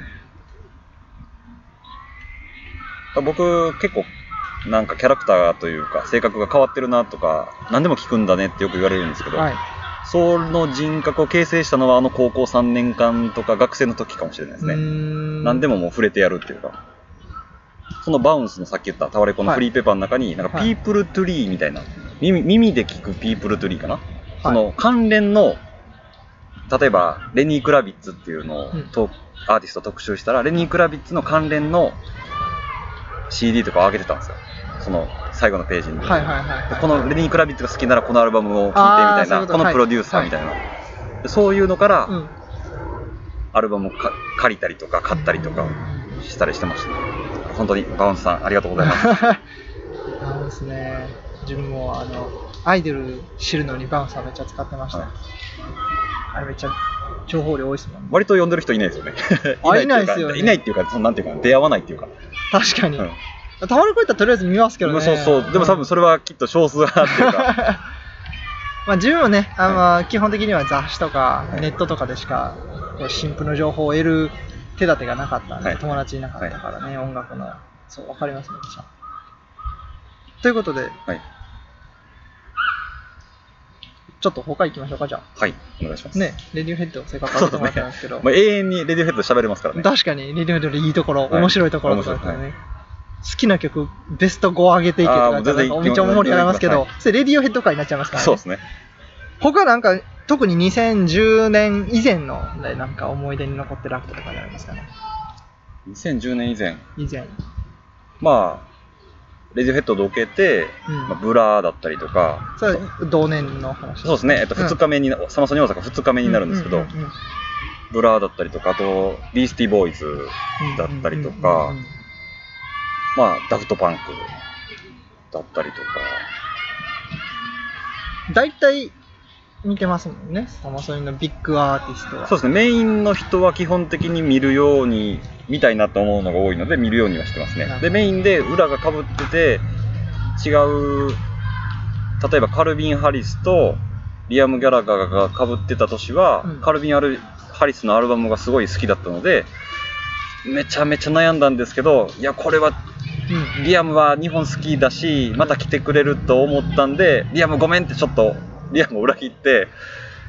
A: いはい。
B: だから僕結構なんかキャラクターというか性格が変わってるなとか何でも聞くんだねってよく言われるんですけど、
A: はい。
B: その人格を形成したのはあの高校3年間とか学生の時かもしれないですね、何
A: 何
B: でももう触れてやるっていうかそのバウンスのさっき言ったタワレコの
A: はい
B: フリーペーパーの中になんか
A: は
B: ピ
A: い
B: ープルトゥリーみたいな、耳耳で聞くピープルトゥリーかな、そ
A: はい
B: の関連の例えばレニー・クラビッツっていうのを
A: うん
B: と、アーティスト特集したらレニー・クラビッツの関連の CD とかを上げてたんですよその最後のページに、
A: はいはいはい。
B: このレニー・クラビッツが好きならこのアルバムを聴いてみ
A: あー
B: たい
A: そうい
B: な
A: うこと
B: この
A: はい
B: プロデューサーみたいな、でそういうのから、
A: うん。
B: アルバムをか借りたりとか買ったりと かしたりしてました、本当にバウンスさんありがとうございます
A: あのですね、自分もあの、アイドル知るのにバウンサーめっちゃ使ってましたね。あれめっちゃ情報量多いですもんね。
B: 割と呼んでる人いないですよね
A: あ
B: いないってう
A: いないですよ
B: か
A: ね
B: いないっていうかそのなんていうか出会わないっていうか、
A: 確かに。
B: うん
A: たまにこういったらとりあえず見ますけどね。
B: そうそうでも多分それはきっと少数派ってい うか
A: まあ自分もね、あの基本的には雑誌とか
B: はい
A: ネットとかでしかこう新婦の情報を得る手立てがなかったんで、
B: はい
A: 友達いなかったからね、音楽の。そう、わかりますね、私はということで、
B: はい
A: ちょっと他行きましょうか、じゃ
B: はいお願いしま
A: あ。
B: す、
A: ね、レディオヘッドせっかく上げてもらったんですけど、
B: まあ、永遠にレディオヘッド喋れますからね
A: 確かにレディオヘッドのいいところ、
B: はい
A: 面白いところとかだったらね、好きな曲、ベスト5上げていけとかだったら
B: あーもう全然
A: めっちゃ盛り上がりますけど
B: は、
A: それレディオヘッド回になっちゃいますからね。
B: そうですね
A: 他なんか特に2010年以前のでなんか思い出に残ってるアクトとかになりますかね
B: 2010年以前
A: 以前
B: まあレディオヘッドをどけて、
A: うん
B: まあ、ブラーだったりとか
A: それ同年の話
B: そうですね、えっと、
A: うん
B: 2日目にな、サマソニ大阪2日目になるんですけど、
A: うううんうん
B: ブラーだったりとか、あと、ビースティーボーイズ、だったりと
A: うんう
B: か
A: んうんうん
B: まあ、ダフトパンクだったりとか、
A: 大体見てますもんねサマソニのビッグアーティストは
B: そうですね、メインの人は基本的に見るように、見たいなと思うのが多いので、見るようにはしてますね
A: なる。ほど
B: で、メインで裏が被ってて、違う、例えばカルビン・ハリスとリアム・ギャラガーが被ってた年は、
A: うん
B: カルビンアル・ハリスのアルバムがすごい好きだったので、めちゃめちゃ悩んだんですけど、いや、これは
A: うん
B: リアムは日本好きだし、また来てくれると思ったんで、リアムごめんってちょっと、リアムを裏切って、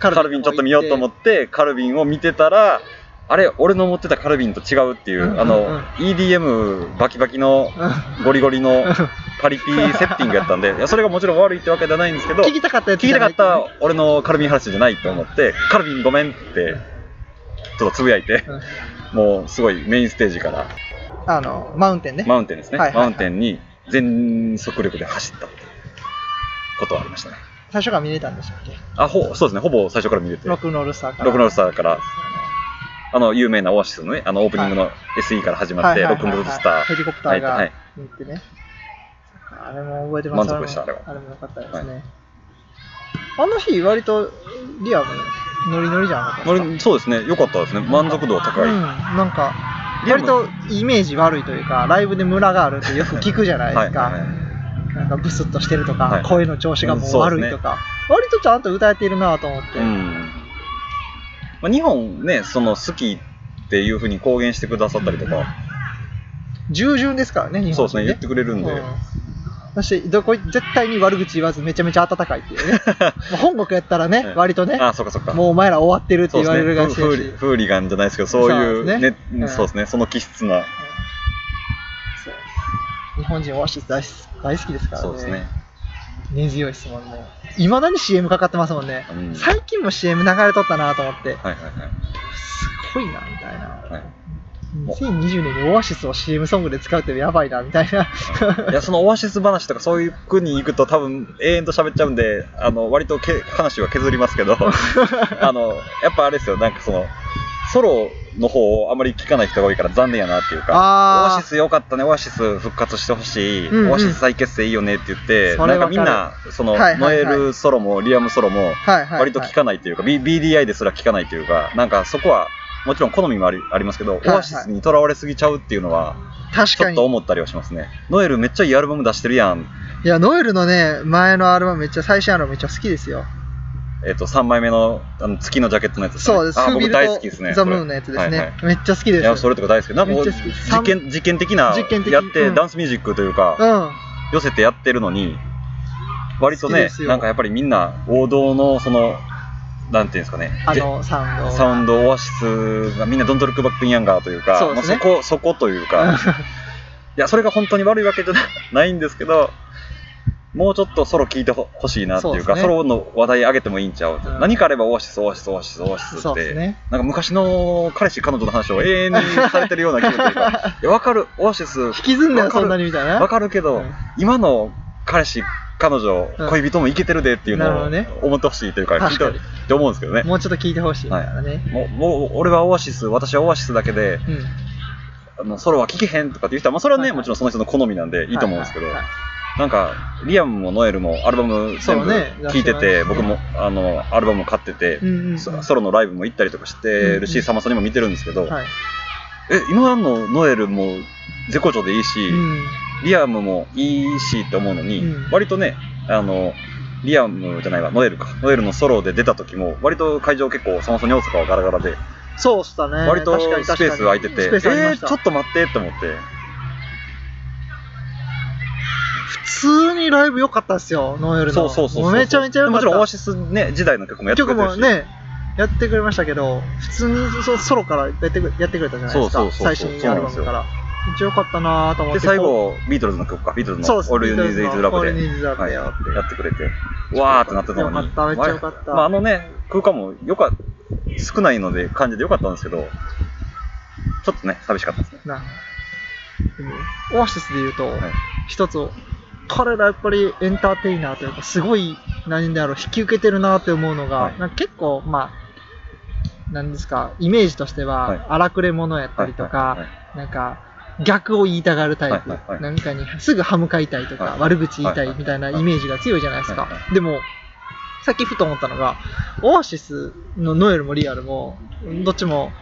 B: カルビンちょっと見ようと思って、カルビンを見てたら、あれ、俺の思ってたカルビンと違うっていう、
A: うんうんうん
B: あの、EDM バキバキの
A: うん
B: ゴリゴリ
A: う
B: の
A: ん
B: パリピセッティングやったんで、いやそれがもちろん悪いってわけじゃないんですけど、
A: 聞きたかったやつ
B: 聞きたかった俺のカルビン話じゃないと思って、カルビンごめんって、ちょっとつぶやいて、
A: うん
B: もうすごいメインステージから
A: あのマウンテンね
B: マウンテンですね、
A: はいはいはい
B: マウンテンに全速力で走ったってことはありましたね
A: 最初から見れたんでしたっけ
B: あほそうですねほぼ最初から見れて
A: ロ
B: ロ
A: ックンロールスターから
B: ックンロールスターからあの有名なオアシスのねあのオープニングの SE から始まって、
A: はいはいはいはい
B: ロックンロールスター、
A: ヘリコプターが
B: はい
A: 行ってね。あれも覚えてます
B: 満足でしたあれは
A: あれも良かったですね。あの日、割とリアム、ノリノリじゃなかった
B: ま
A: ですか
B: あそうですね良かったですね満足度は高い、
A: うん、なんか、
B: リア
A: 割
B: ム
A: とイメージ悪いというか、ライブでムラがあるってよく聞くじゃないですか。
B: はいはい
A: なんかブスッとしてるとか、
B: はい
A: 声の調子がもう悪いとか、割とちゃんと歌えているなと思って。
B: うんまあ、日本ねその好きっていうふうに公言してくださったりとか、
A: 従順ですからね、日本人
B: そうですね言ってくれるんで、
A: うんだしどこ絶対に悪口言わずめちゃめちゃ温かいっていうねもう本国やったらね
B: うん
A: 割とね
B: あそうかそうか
A: もうお前ら終わってるって
B: そう
A: 言われる
B: で
A: がちだ
B: す
A: し
B: ねフフーリフーリガンじゃないですけどそうい
A: そう
B: う
A: ですね
B: ね
A: うん
B: そうですねその気質な
A: そう日本人オアシス大好き大好きですからね
B: そうですね
A: 根強いですもんねいまだに CM かかってますもんね、
B: うん
A: 最近も CM 流れとったなと思って
B: はいはいは
A: すごいなみたいな、
B: い、は
A: 2020年にオアシスを CM ソングで使うってやばいなみたいな
B: い、いやそのオアシス話とかそういう国に行くと多分永遠と喋っちゃうんであの割とけ話は削りま すけどあのやっぱあれですよなんかそのソロの方をあまり聞かない人が多いから残念やなっていう
A: あ
B: か
A: ー
B: オアシス良かったねオアシス復活してほしい、
A: うんうん
B: オアシス再結成いいよねって言って
A: そ
B: な
A: れ
B: ん
A: わ
B: か
A: かる
B: みんなその、
A: はいはいはい
B: ノエルソロもリアムソロも
A: はいはい、
B: 割と聞かないというか、B- BDI ですら聞かないというか、なんかそこはもちろん好みもありありますけど、
A: いはい
B: オアシスにとらわれすぎちゃうっていうのは、
A: 確
B: ち
A: か
B: ょっ
A: に
B: と思ったりはしますね。ノエルめっちゃいいアルバム出してるやん。
A: いや、ノエルのね、前のアルバムめっちゃ、最新アルバムめっちゃ好きですよ。
B: えっと3枚目のあの月のジャケットのやつね
A: そうです。
B: あ
A: スービ
B: 僕
A: ル
B: 大好きですね
A: とザ・ムーンのやつです
B: はい
A: ね
B: は。
A: めっちゃ好き
B: い
A: です。
B: やそれとか大好きなんかこう
A: めっちゃ好きです
B: 実験実験的な
A: 実験的
B: やって、
A: うん
B: ダンスミュージックというか、
A: うん。
B: 寄せてやってるのに割と
A: 好き
B: ね
A: ですよ
B: なんかやっぱりみんな王道のそのなんていうんですかね
A: あ
B: ジェ
A: の、サウンド。
B: サウンドオアシスがみんなドントルックバックインヤンガーというか
A: そうですね
B: まあ、そこそことい うかいやそれが本当に悪いわけじゃなないんですけど もうちょっとソロ聞いてほ欲しいなっていう
A: そ
B: か
A: うですね
B: ソロの話題上げてもいいんちゃう、
A: うん
B: 何かあればオアシスオアシスオアシスオアシス
A: そ
B: っ
A: うです
B: て、
A: ね。
B: なんか昔の彼氏彼女の話を永遠にされてるような気分とい うかいやわかるオアシス
A: 引きずんだよ、
B: わか
A: そ
B: る
A: んなにみたいな。
B: わかるけど、
A: うん
B: 今の彼氏彼女、
A: うん
B: 恋人もいけてるでっていう
A: なるほ
B: のを
A: どね
B: 思ってほしいというか聞い
A: 確
B: て
A: か
B: ほ
A: に。
B: って思うんですけどね
A: もうちょっと聞いてほしいみたいなね。
B: もうもう俺はオアシス私はオアシスだけで
A: うん。
B: あのソロは聴けへんとかっていう人は、まあ、それは
A: は
B: ね、
A: いはい
B: もちろんその人の好みなんでいいと思うんですけど、
A: はいはいはい
B: なんかリアムもノエルもアルバム全
A: そう
B: 部
A: ね
B: 聴い
A: 出して
B: てて、
A: ますね
B: 僕もあのアルバムも買ってて、
A: うんうんうん。
B: そソロのライブも行ったりとかしてる
A: う
B: し、
A: んうん
B: さんまさんにも見てるんですけど、
A: はい。
B: え今のノエルも絶好調でいいし、
A: うん。
B: リアムもいいしって思うのに、
A: うん
B: 割とね、あの、リアムじゃないわ、ノエルか。ノエルのソロで出た時も、割と会場結構、そもそも大阪はガラガラで、
A: そうっしたね。
B: 割と
A: 確かに
B: スペース空いてて、
A: 確
B: え
A: かにスペース空いてま
B: ー、
A: した。
B: ちょっと待ってって思って。
A: 普通にライブ良かったっすよ、ノエルの。
B: そうそうそうそう。
A: めちゃめちゃ良かった。
B: もちろん、オアシスね、時代の曲もやってくれ
A: 曲
B: てる
A: も
B: し。
A: ね、やってくれましたけど、普通にそソロからやってくやってくれたじゃないです
B: そう
A: か、
B: そうそう
A: 最
B: そう
A: 新アルバムから。めっちゃ良かったなぁと思っ
B: で、
A: て。
B: 最
A: こ
B: 後、ビートルズの曲か、ビートル
A: う、
B: ズ
A: そ
B: の
A: う
B: All You Need Is
A: で
B: Love で、
A: す
B: はい、
A: ね All
B: や
A: You Need Is Love でやって。
B: ってくれて、わーってなってたのに。
A: よかっためっちゃよかった
B: まあ、あのね、空間もよか少ないので、感じでよかったんですけど、ちょっとね、寂しかったですね。
A: なでもオアシスで言うと、
B: はい
A: 一つ、彼らやっぱりエンターテイナーというか、すごい、何であろう、引き受けてるなって思うのが、
B: はい
A: なんか結構、まあ、なんですか、イメージとして
B: はい
A: は、荒くれ者やったりとか、なんか逆を言いたがるタイプ、
B: はいはいはい
A: 何かにすぐ歯向かいたいとか、
B: はい
A: 悪口言いた
B: はいい
A: みたいなイメージが強いじゃないですか、
B: はいは
A: でもさっきふと思ったのがオアシスのノエルもリアルもどっちも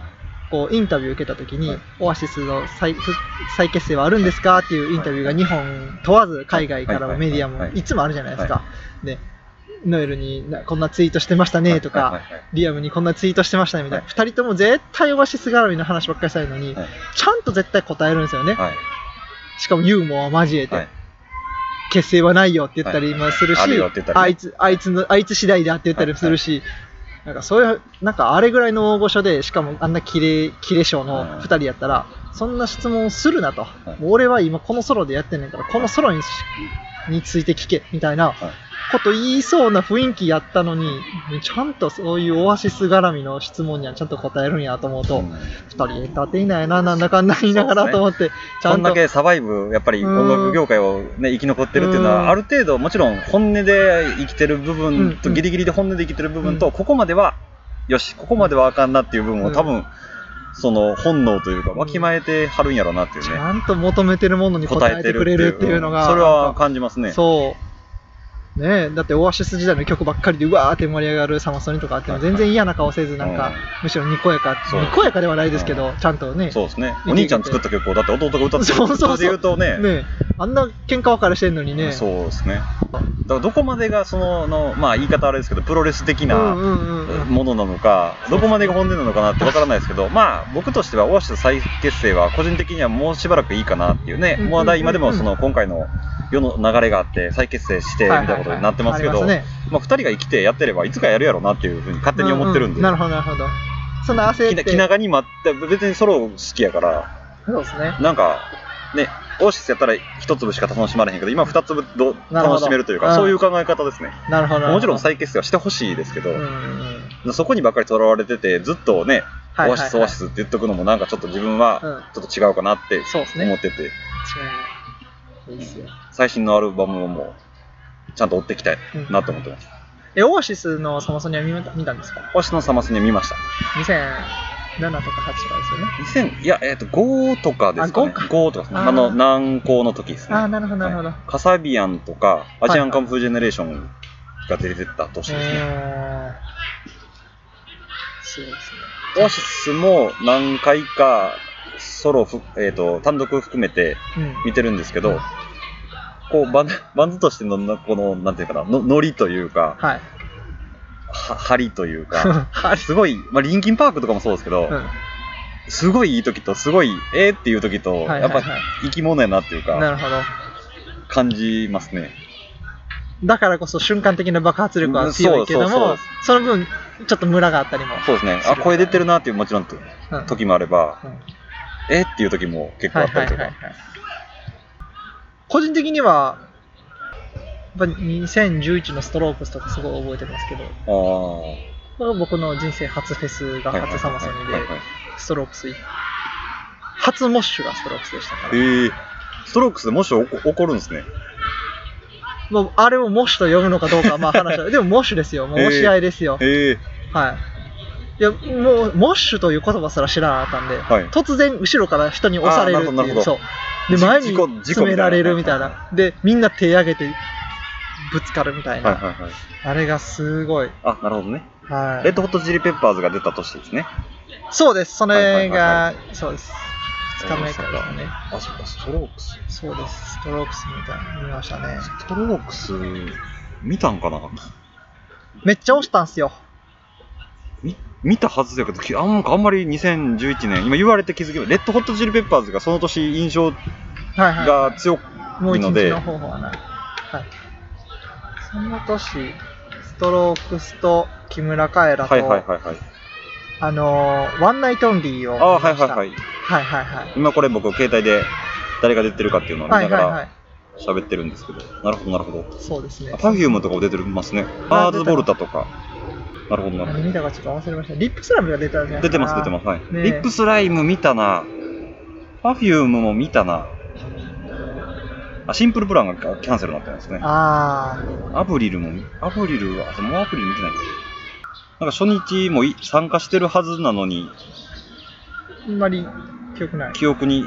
A: こうインタビュー受けた時に、
B: はい
A: オアシスの再復再結成はあるんですかっていうインタビューが日本問わず海外から
B: は
A: も
B: い
A: メ
B: はいはい
A: ディアも
B: はい
A: いつもあるじゃないですか、
B: は
A: でノエルになこんなツイートしてましたねとか、
B: はいはいはい
A: リアムにこんなツイートしてましたねみたいな、
B: は
A: 二人とも絶対オアシス絡みの話ばっかりしたいのに、
B: はい
A: ちゃんと絶対答えるんですよね、
B: はい
A: しかもユーモアを交えて、
B: はい
A: 結成はないよって言ったり
B: はい
A: もするし、
B: あるよって言ったりね
A: あいつあいつのあいつ次第だって言ったりもするし、なんかそういうなんかあれぐらいの大御所でしかもあんなキレキレ賞の2人やったら、そんな質問するなと、
B: い
A: もう俺は今このソロでやってんねんからこのソロにしについて聞けみたいなこと言いそうな雰囲気やったのにちゃんとそういうオアシス絡みの質問にはちゃんと答えるんやと思うと、
B: うん
A: 2人エンターテイナーやななんだかんだ言いながらと思って、ちゃ
B: こ
A: ん
B: ん
A: と
B: だけサバイブ、やっぱり音楽業界を、ね、生き残ってるっていうの
A: うん
B: は、ある程度、もちろん本音で生きてる部分
A: う
B: と、
A: ん
B: ギリギリで本音で生きてる部分
A: う
B: と、ここまでは、よし、ここまではあかんなっていう部分
A: う
B: を、
A: ん
B: 多分その本能というか、わきまえてはるんやろうなっていう
A: ち
B: ね、
A: ゃんと求めてるものに応えてくれるっていうのが、
B: それは
A: なんか
B: 感じますね。
A: そう。ねえ、だってオアシス時代の曲ばっかりでうわーって盛り上がるサマソニとかあっても
B: はいはい
A: 全然嫌な顔せずなんか、
B: うん
A: むしろにこやか
B: そう
A: にこやかではないですけど、ちゃんとね
B: そうですね。お兄ちゃん作った曲を、だって弟が歌って
A: そう
B: る
A: そうそう
B: で言うとね、
A: ねえあんな喧嘩別れしてんのにね
B: そうですね。だからどこまでがそのの、まあ、言い方あれですけど、プロレス的な
A: うんうんうんうん
B: ものなのか、どこまでが本音なのかなってわからないですけど、まあ、僕としてはオアシス再結成は、個人的にはもうしばらくいいかなっていう
A: うん
B: ね
A: うんうんう、ん
B: まだ今でもその今回の世の流れがあって、再結成してみたいなことになってますけど、
A: はいはいはいあり
B: まあ、2人が生きてやってれば、いつかやるやろうなっていうふうに勝手に思ってるんで、
A: ううなるほどなるほどそんな焦
B: き
A: って
B: な気長に待って、別にソロ好きやから、
A: そうですね
B: なんか、ね、オアシスやったら1粒しか楽しまれへんけど、今2粒ど
A: なるほど
B: 楽しめるという
A: うん
B: か、そういう考え方ですね。
A: なるほどなるほど
B: もちろん再結成はしてほしいですけど、
A: うんうん
B: そこにばっかりとらわれてて、ずっとね、
A: はいはいはい
B: オアシスオアシスって言っとくのもなんかちょっと自分はちょっと違うかなって
A: そうですね
B: 思ってて、
A: 違ういいですよ
B: 最新のアルバムをもうちゃんと追っていきたいなと思ってます。
A: えオアシスのサマソニは見た見たんですか
B: オアシスのサマスに見ました。
A: 2007とか8とかですよね
B: 2000、いや、えっ、と、5とかですかね。
A: あ5か
B: 5とかですね。
A: あー
B: あの、南高の時ですね。
A: ああなるほどなるほど、
B: はいカサビアンとか、アジア
A: はい
B: ンカンフージェネレーションが出てた年ですね。
A: えーそうですね。
B: オアシスも何回かソロふ、えっと単独含めて
A: うん
B: 見てるんですけど、こうバンバンドとしてのなこのなんていうかなのノリというか
A: はい。
B: は張りという かすごい、まあ、リンキンパークとかもそうですけど、
A: うん
B: すごいいい時とすごいえー、っていう時と、
A: はいはい
B: や
A: は
B: っ
A: い
B: ぱ生き物やなっていう
A: な
B: か
A: るほど。
B: 感じますね
A: だからこそ瞬間的な爆発力は強いけども、
B: そうそう
A: その分、ちょっとムラがあったりも。
B: そうですねあ声出てるなっていうもちろんと
A: うん
B: 時もあれば
A: うん
B: えー、っていう時も結構あ
A: はい
B: った
A: はい
B: りと
A: はい
B: か、
A: はい。個人的には、やっぱ2011のストロークスとかすごい覚えてますけど、
B: あー
A: これが僕の人生初フェスが
B: はいはいはいはい
A: 初サマソニで
B: はいはい、
A: ストロークス行っ初モッシュがストロークスでしたから、
B: えー、ストロークスでもし起こ起こるんですね
A: もうあれをモッシュと呼ぶのかどうかはまあ話はでもモッシュ ですよ、もう
B: へー
A: 押し合いですよ。
B: えー、
A: はい。いや、もう、モッシュという言葉すら知らなかったんで、
B: はい
A: 突然後ろから人に押されるって
B: あーなる
A: い
B: ほ
A: う、
B: ど
A: そう。で、
B: じ
A: 前に
B: 事故事故みたいな
A: 詰められるみたいな。で、みんな手上げてぶつかるみたいな。
B: はいはいはい
A: あれがすごい。
B: あなるほどね
A: は
B: レッ
A: い。
B: ドホットチリペッパーズが出た年ですね
A: そうです。そ
B: はいは
A: れ
B: いは
A: が、そうです。2日目からですかね。
B: あそっかストロークス
A: そうです。ストロークスみたいなの見ましたね。
B: ストロークス見たんかな
A: めっちゃ押したんすよ。
B: み見たはずだけどきあんなんかあんまり2011年今言われて気づけばレッドホットチリペッパーズがその年印象
A: はいはい。
B: が強く、
A: もう一
B: の
A: 日
B: で
A: の方法はない。はい。その年、ストロークスと木村カエラと、
B: はいはいはいはい
A: あのーワンナイトオンリーを。
B: ああはいはいはいい
A: はいはいはい。
B: 今これ僕携帯で誰が出てるかっていうのを見
A: は
B: ないが
A: はいは
B: ら
A: い。
B: 喋ってるんですけど、なるほどなるほど
A: そうですね。
B: パフュームとかも出てますね
A: あー
B: バー
A: 出
B: ズ
A: た
B: ボルタとかなるほどなるほ
A: 何
B: ど
A: 見たかちょっと忘れました。リップスラムが出たんじゃない。
B: 出てます出てますすはい、
A: ねえ
B: リップスライム見たなパフュームも見たなあシンプルプランがキャンセルになったんですね
A: あ
B: アブリルもアブリルはでもうアブリル見てないなんか初日もい参加してるはずなのに
A: ー、あんまり記憶ない。
B: 記憶に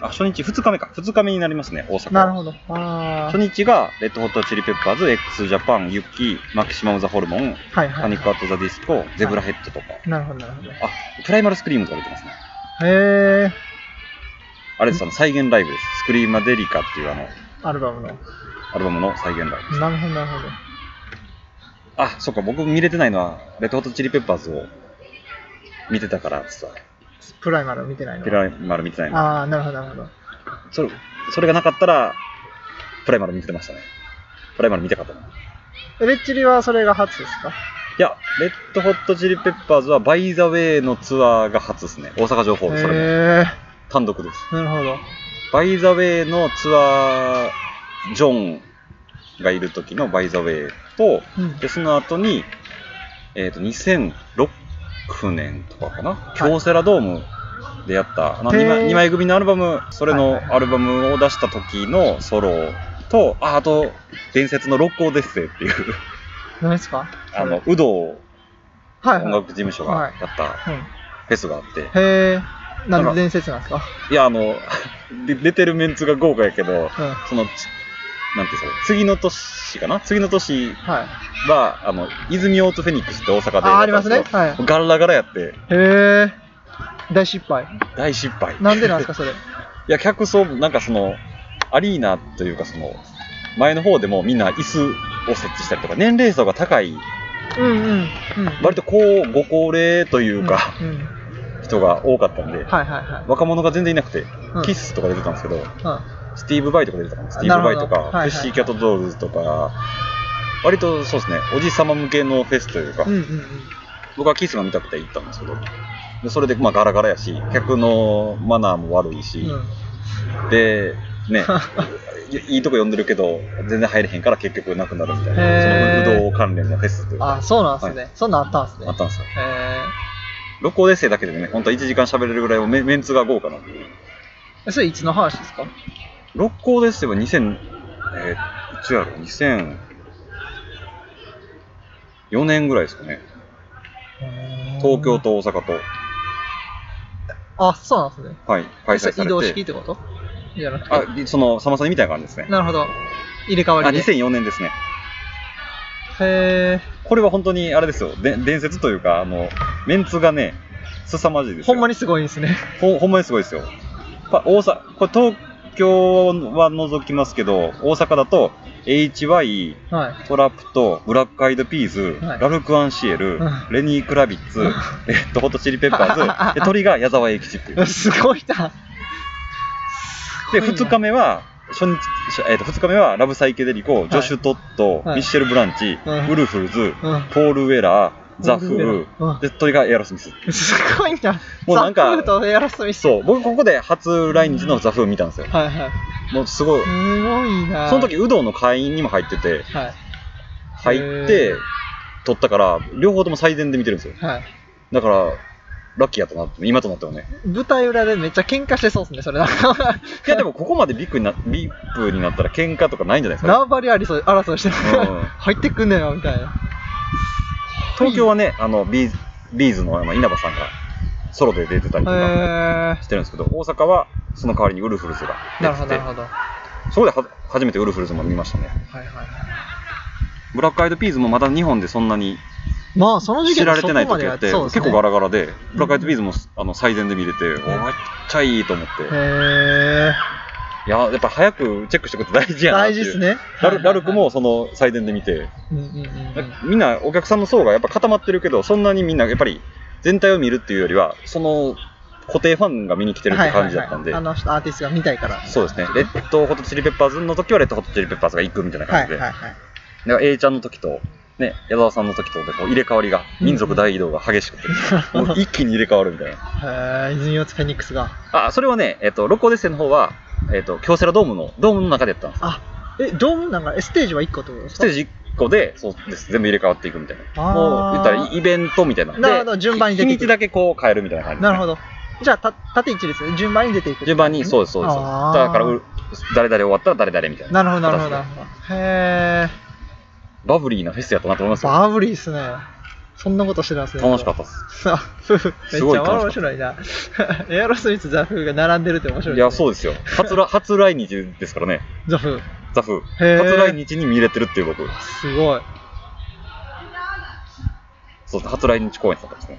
B: あ初日2日目か2日目になりますね大阪
A: なるほど。あ
B: 初
A: ー。
B: 日がレッドホットチリペッパーズ x ジャパンユッキーマキシマム・ザ・ホルモン
A: はいは
B: パ
A: い
B: ニック・アット・ザ・ディスコゼブラヘッドとか、
A: なるほどなるほど。へ
B: あプライマル・スクリームとか出てますね
A: え
B: あれです、あの再現ライブです。スクリーマデリカっていうあの、
A: ー、アルバムの。
B: アルバムの再現ライブです。
A: なるほどなるほど。
B: あ、そっか、僕見れてないのは、レッドホットチリペッパーズを見てたからですわ。
A: プライマル見てないの。
B: プライマル見てないの。
A: あー、なるほどなるほど。
B: それ、それがなかったら、プライマル見てましたね。プライマル見たかったな。い
A: レッチリはそれが初ですか
B: や、レッドホットチリペッパーズは、バイザウェイのツアーが初ですね。大阪城ホール、それも、
A: へえ
B: 単独です。
A: ー、なるほど。
B: バイザウェイのツアー、ジョンがいる時のバイザウェイと、
A: うん
B: で、その後に、えっ、と、2006年とかかな、
A: い
B: 京セラドームでやった、あの
A: へー
B: 2, 枚二枚組のアルバム、それ
A: はい
B: の
A: はいはい
B: アルバムを出した時のソロと、ああと、伝説の六甲デッセイっていう、
A: 何ですか
B: あの、有働
A: はいは
B: 音
A: い。
B: 楽事務所が
A: は
B: や
A: い
B: った
A: うん、
B: フェスがあって、
A: へえ。なんで
B: なんか
A: 伝説なんですか
B: いや、あの、 で出てるメンツが豪華やけど、
A: うん。はい。
B: その、つなんていうんですか、次の年かな次の年は、あの、泉オートフェニックスって大阪でやったんですけど。
A: あ、ありますね。はい。
B: ガラガラやって、
A: へえ。大失敗。
B: 大失敗。
A: なんでなんですか、それ。
B: いや、客層も、なんかその、アリーナというか、その、前の方でもみんな椅子を設置したりとか、年齢層が高い、
A: うんうん。うん。
B: 割とこう、ご高齢というか、
A: うん。うん
B: 人が多かったん
A: はい
B: で、
A: はいはい。
B: 若者が全然いなくて、
A: うん
B: キッスとか出てたんですけど、
A: う
B: スティーブ・バイとか出てたかなスティーブ・バイと
A: なるほど
B: か、
A: はいはい
B: プッシー・キャット・ドールズとか、割とそうですね、おじさま向けのフェスというか、
A: んうんうんうん。
B: 僕はキスが見たくて行ったんですけど、でそれでまあガラガラやし、客のマナーも悪いし、
A: うん
B: で、 ね、いいいとこ呼んでるけど、全然入れへんから結局なくなるみたい
A: へー
B: な、その不動関連のフェスというか、
A: あ、そうなんです
B: は
A: ね。そんなんあったんですね
B: あっ。たんですよ。
A: へ
B: 六甲デッセイだけでね、本当は1時間喋れるぐらいメメンツが豪華なんで、
A: え。それいつの話ですか
B: 六甲デッセイは2000、えー、いつやろ、2004年ぐらいですかね、東京。と大阪と、
A: あ、そうなんですね。
B: はい、開催され
A: そ
B: て、
A: れ移動式ってことじゃなくて。
B: あその、サマソニみたいな感じですね。
A: なるほど。入れ替わ
B: あ
A: りで。
B: 2004年ですね。
A: へえ。
B: これは本当にあれですよ、で伝説というか、あのメンツがね、凄まじいですよ。
A: ほんまにすごいんですね。
B: ほほんまにすごいですよ。パ大阪これ東京は除きますけど、大阪だと HY、
A: はい。
B: トラップとブラックアイドピーズ、
A: はい
B: ラルク・アンシエル、
A: うん
B: レニー・クラビッツ、レッド・ホット・チリ・ペッパ ーズ、で鳥が矢沢永吉っていう。です
A: ごいな。
B: 2日目は初日、しえー、と2日目はラブ・サイケデリコ、ジョシュ・トット、
A: はい
B: ミッシェル・ブランチ、
A: うん
B: ウルフルズ、
A: うん。
B: ポール・ウェラー、ザ・フー、
A: うん
B: で鳥がエアロスミス。
A: すごいな。
B: もうなんか
A: ザクーとエアロスミス。
B: そう、僕ここで初来日のザ・フー見たんですよ。
A: はいはい。
B: もうすごい。
A: すごいな。
B: その時、有働の会員にも入ってて、
A: はい。
B: 入っ
A: へ
B: て
A: ー、
B: 撮ったから、両方とも最善で見てるんですよ。
A: はい。
B: だから、ラッキーやったなって、今となってはね。
A: 舞台裏でめっちゃ喧嘩してそうですね、それなんか。
B: いや、でもここまでビッグにな、ビップになったら喧嘩とかないんじゃないですか、
A: 縄張り争い争いしてる
B: うん
A: 入ってくんねえな、みたいな。
B: 東京はね、あの、ビーズ、ビーズのあの稲葉さんがソロで出てたりとか
A: へえ
B: してるんですけど、大阪はその代わりにウルフルズが
A: ー。なる
B: 出
A: ほ
B: て
A: ど、な
B: て
A: る、ほど。は
B: そこでは初めてウルフルズも見ましたね。
A: いはいはい。
B: ブラックアイドピーズもまだ日本でそんなに
A: まあ、その時期
B: 知
A: は
B: ら
A: そ
B: れ
A: こ
B: て
A: ま
B: な
A: で
B: い時
A: や
B: あ
A: っ
B: って、
A: てそうです
B: 結
A: ね
B: 構ガラガラで、ブラックアイドピーズもあの最善で見れて、お
A: ん
B: めっちゃいいと思って。
A: へえ
B: いや、やっぱ早くチェックしておくこと大事
A: ー。
B: やなってい
A: 大事
B: う。
A: ですね。
B: ラル。ラルク
A: はい
B: もその最善で見て、
A: はいはい。うんうんうんうん。
B: みんなお客さんの層がやっぱ固まってるけど、そんなにみんなやっぱり全体を見るっていうよりは、その固定ファンが見に来てるって感じだったんで、
A: はいはいはいあの人アーティストが見たいから。
B: そうですね、レッドホットチリペッパーズの時はレッドホットチリペッパーズが行くみたいな
A: はい
B: 感じで、
A: はいはい。
B: だから A ちゃんの時と、ね、矢沢さんの時とでこう入れ替わりが、民族大移動が激しくて、もう一気に入れ替わるみたいな。
A: へえ、泉落フェニックスが。
B: あ、それはね、えっ、と、ロコデッセの方は、えっ、と、京セラドームの、ドームの中でやったんです。
A: あ、え、ドームなんか、えステージは1個ってことです
B: ス
A: か
B: テージ1個で、そうです、全部入れ替わっていくみたい
A: あー
B: な。もう、言ったらイベントみたいな。で
A: なるほど順番に出て
B: 日
A: い
B: に
A: く
B: ちだけこう変えるみたいな感じですね、
A: なるほど。じゃあ、た縦一列で順番に出ていくってことですね。
B: 順番に、そうです、そうです。だ
A: あー
B: から、う誰々終わったら誰々みたいな。
A: なるほど、なるほど、なる
B: 形で
A: ほど。へえ、
B: バブリーなフェスやったなと思いますよ。
A: バブリーですね。そんなことしてたんですね。。
B: 楽しかったたです。
A: めっ
B: すご
A: ち
B: い
A: ゃ面
B: 楽し
A: 白いな。 エアロスミス、ザ・フーが並んでるって面白い
B: いや、そ
A: う
B: うですよ。初 ら初来日ですからね、
A: ザ・フー。
B: ザフ
A: へー
B: ー。初来日に見れてるっていう僕、
A: すごい。
B: そう初来日公演だったんですね。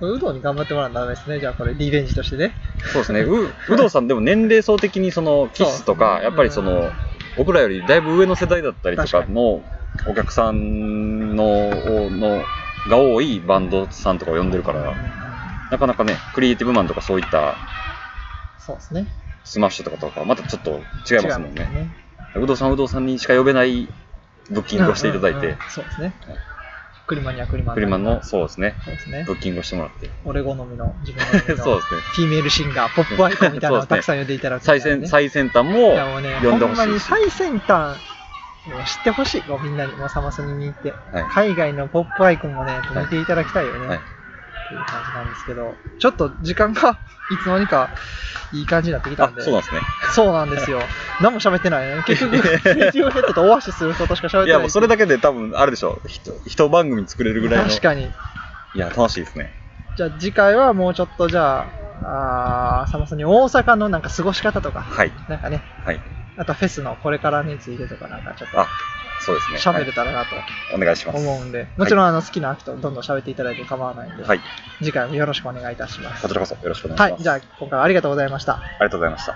A: ウドに頑張ってもらうのダメですね。じゃあ、これ、リベンジとしてね。
B: そうですね。う、有働さんでも年齢層的にその、キスと
A: そ
B: か、
A: う
B: やっぱりそ
A: うん
B: の、僕らよりだいぶ上の世代だったりと
A: 確
B: か
A: か
B: のお客さんの、をの、が多いバンドさんとかを呼んでるから、なかなかね、クリエイティブマンとかそういった
A: そうですね。
B: スマッシュとかとか、またちょっと違いますもんね。
A: ね。
B: 有働さん、有働さんにしか呼べないブッキングをしていただい
A: うんうん
B: て
A: うん、そうですね。クリマにはクリマン。
B: クリマンの、そうですね、
A: そうですね
B: ブ。ッキングをしてもらって。
A: 俺好みの自分好み
B: そう
A: の
B: ですね。
A: フィメールシンガー、ポップアイコンみたいなのを
B: そう
A: た
B: で
A: く
B: す
A: さん呼んでいただく、
B: 最先、最先端も
A: いやもうね、
B: 呼
A: ほ
B: んで
A: ん
B: ほ
A: ま
B: し
A: に
B: いし。
A: 最先端を知ってほしい。もうみんなに、もうサマソニに行って、
B: はい
A: 海外のポップアイコンもね、見ていただきたいよね。
B: はい
A: っていう感じなんですけど、ちょっと時間がいつの間にかいい感じになってきた
B: あ
A: ん、で、
B: そうなんですね。
A: そうなんですよ。何も喋ってないね。 結局、レディオヘッドとオアシスすることしか喋ってない。
B: いや、もうそれだけで多分、あれでしょう、ひと一番組作れるぐらいの。
A: 確かに。
B: いや、楽しいですね。
A: じゃあ次回はもうちょっとじゃあ、あーサマソニ大阪のなんか過ごし方とか、
B: はい。
A: なんかね、
B: はい。
A: あとフェスのこれからについてとかなんかちょっと
B: あ、そうですね。
A: 喋れたらなと
B: はいお願いします。
A: 思うんで、もちろんあの好きなアクトどんどん喋っていただいて構わないんで、
B: はい。
A: 次回もよろしくお願いいたします
B: こ。ちらこそよろしくお願いし
A: は
B: ます。
A: い、じゃあ今回はありがとうございました。
B: ありがとうございました。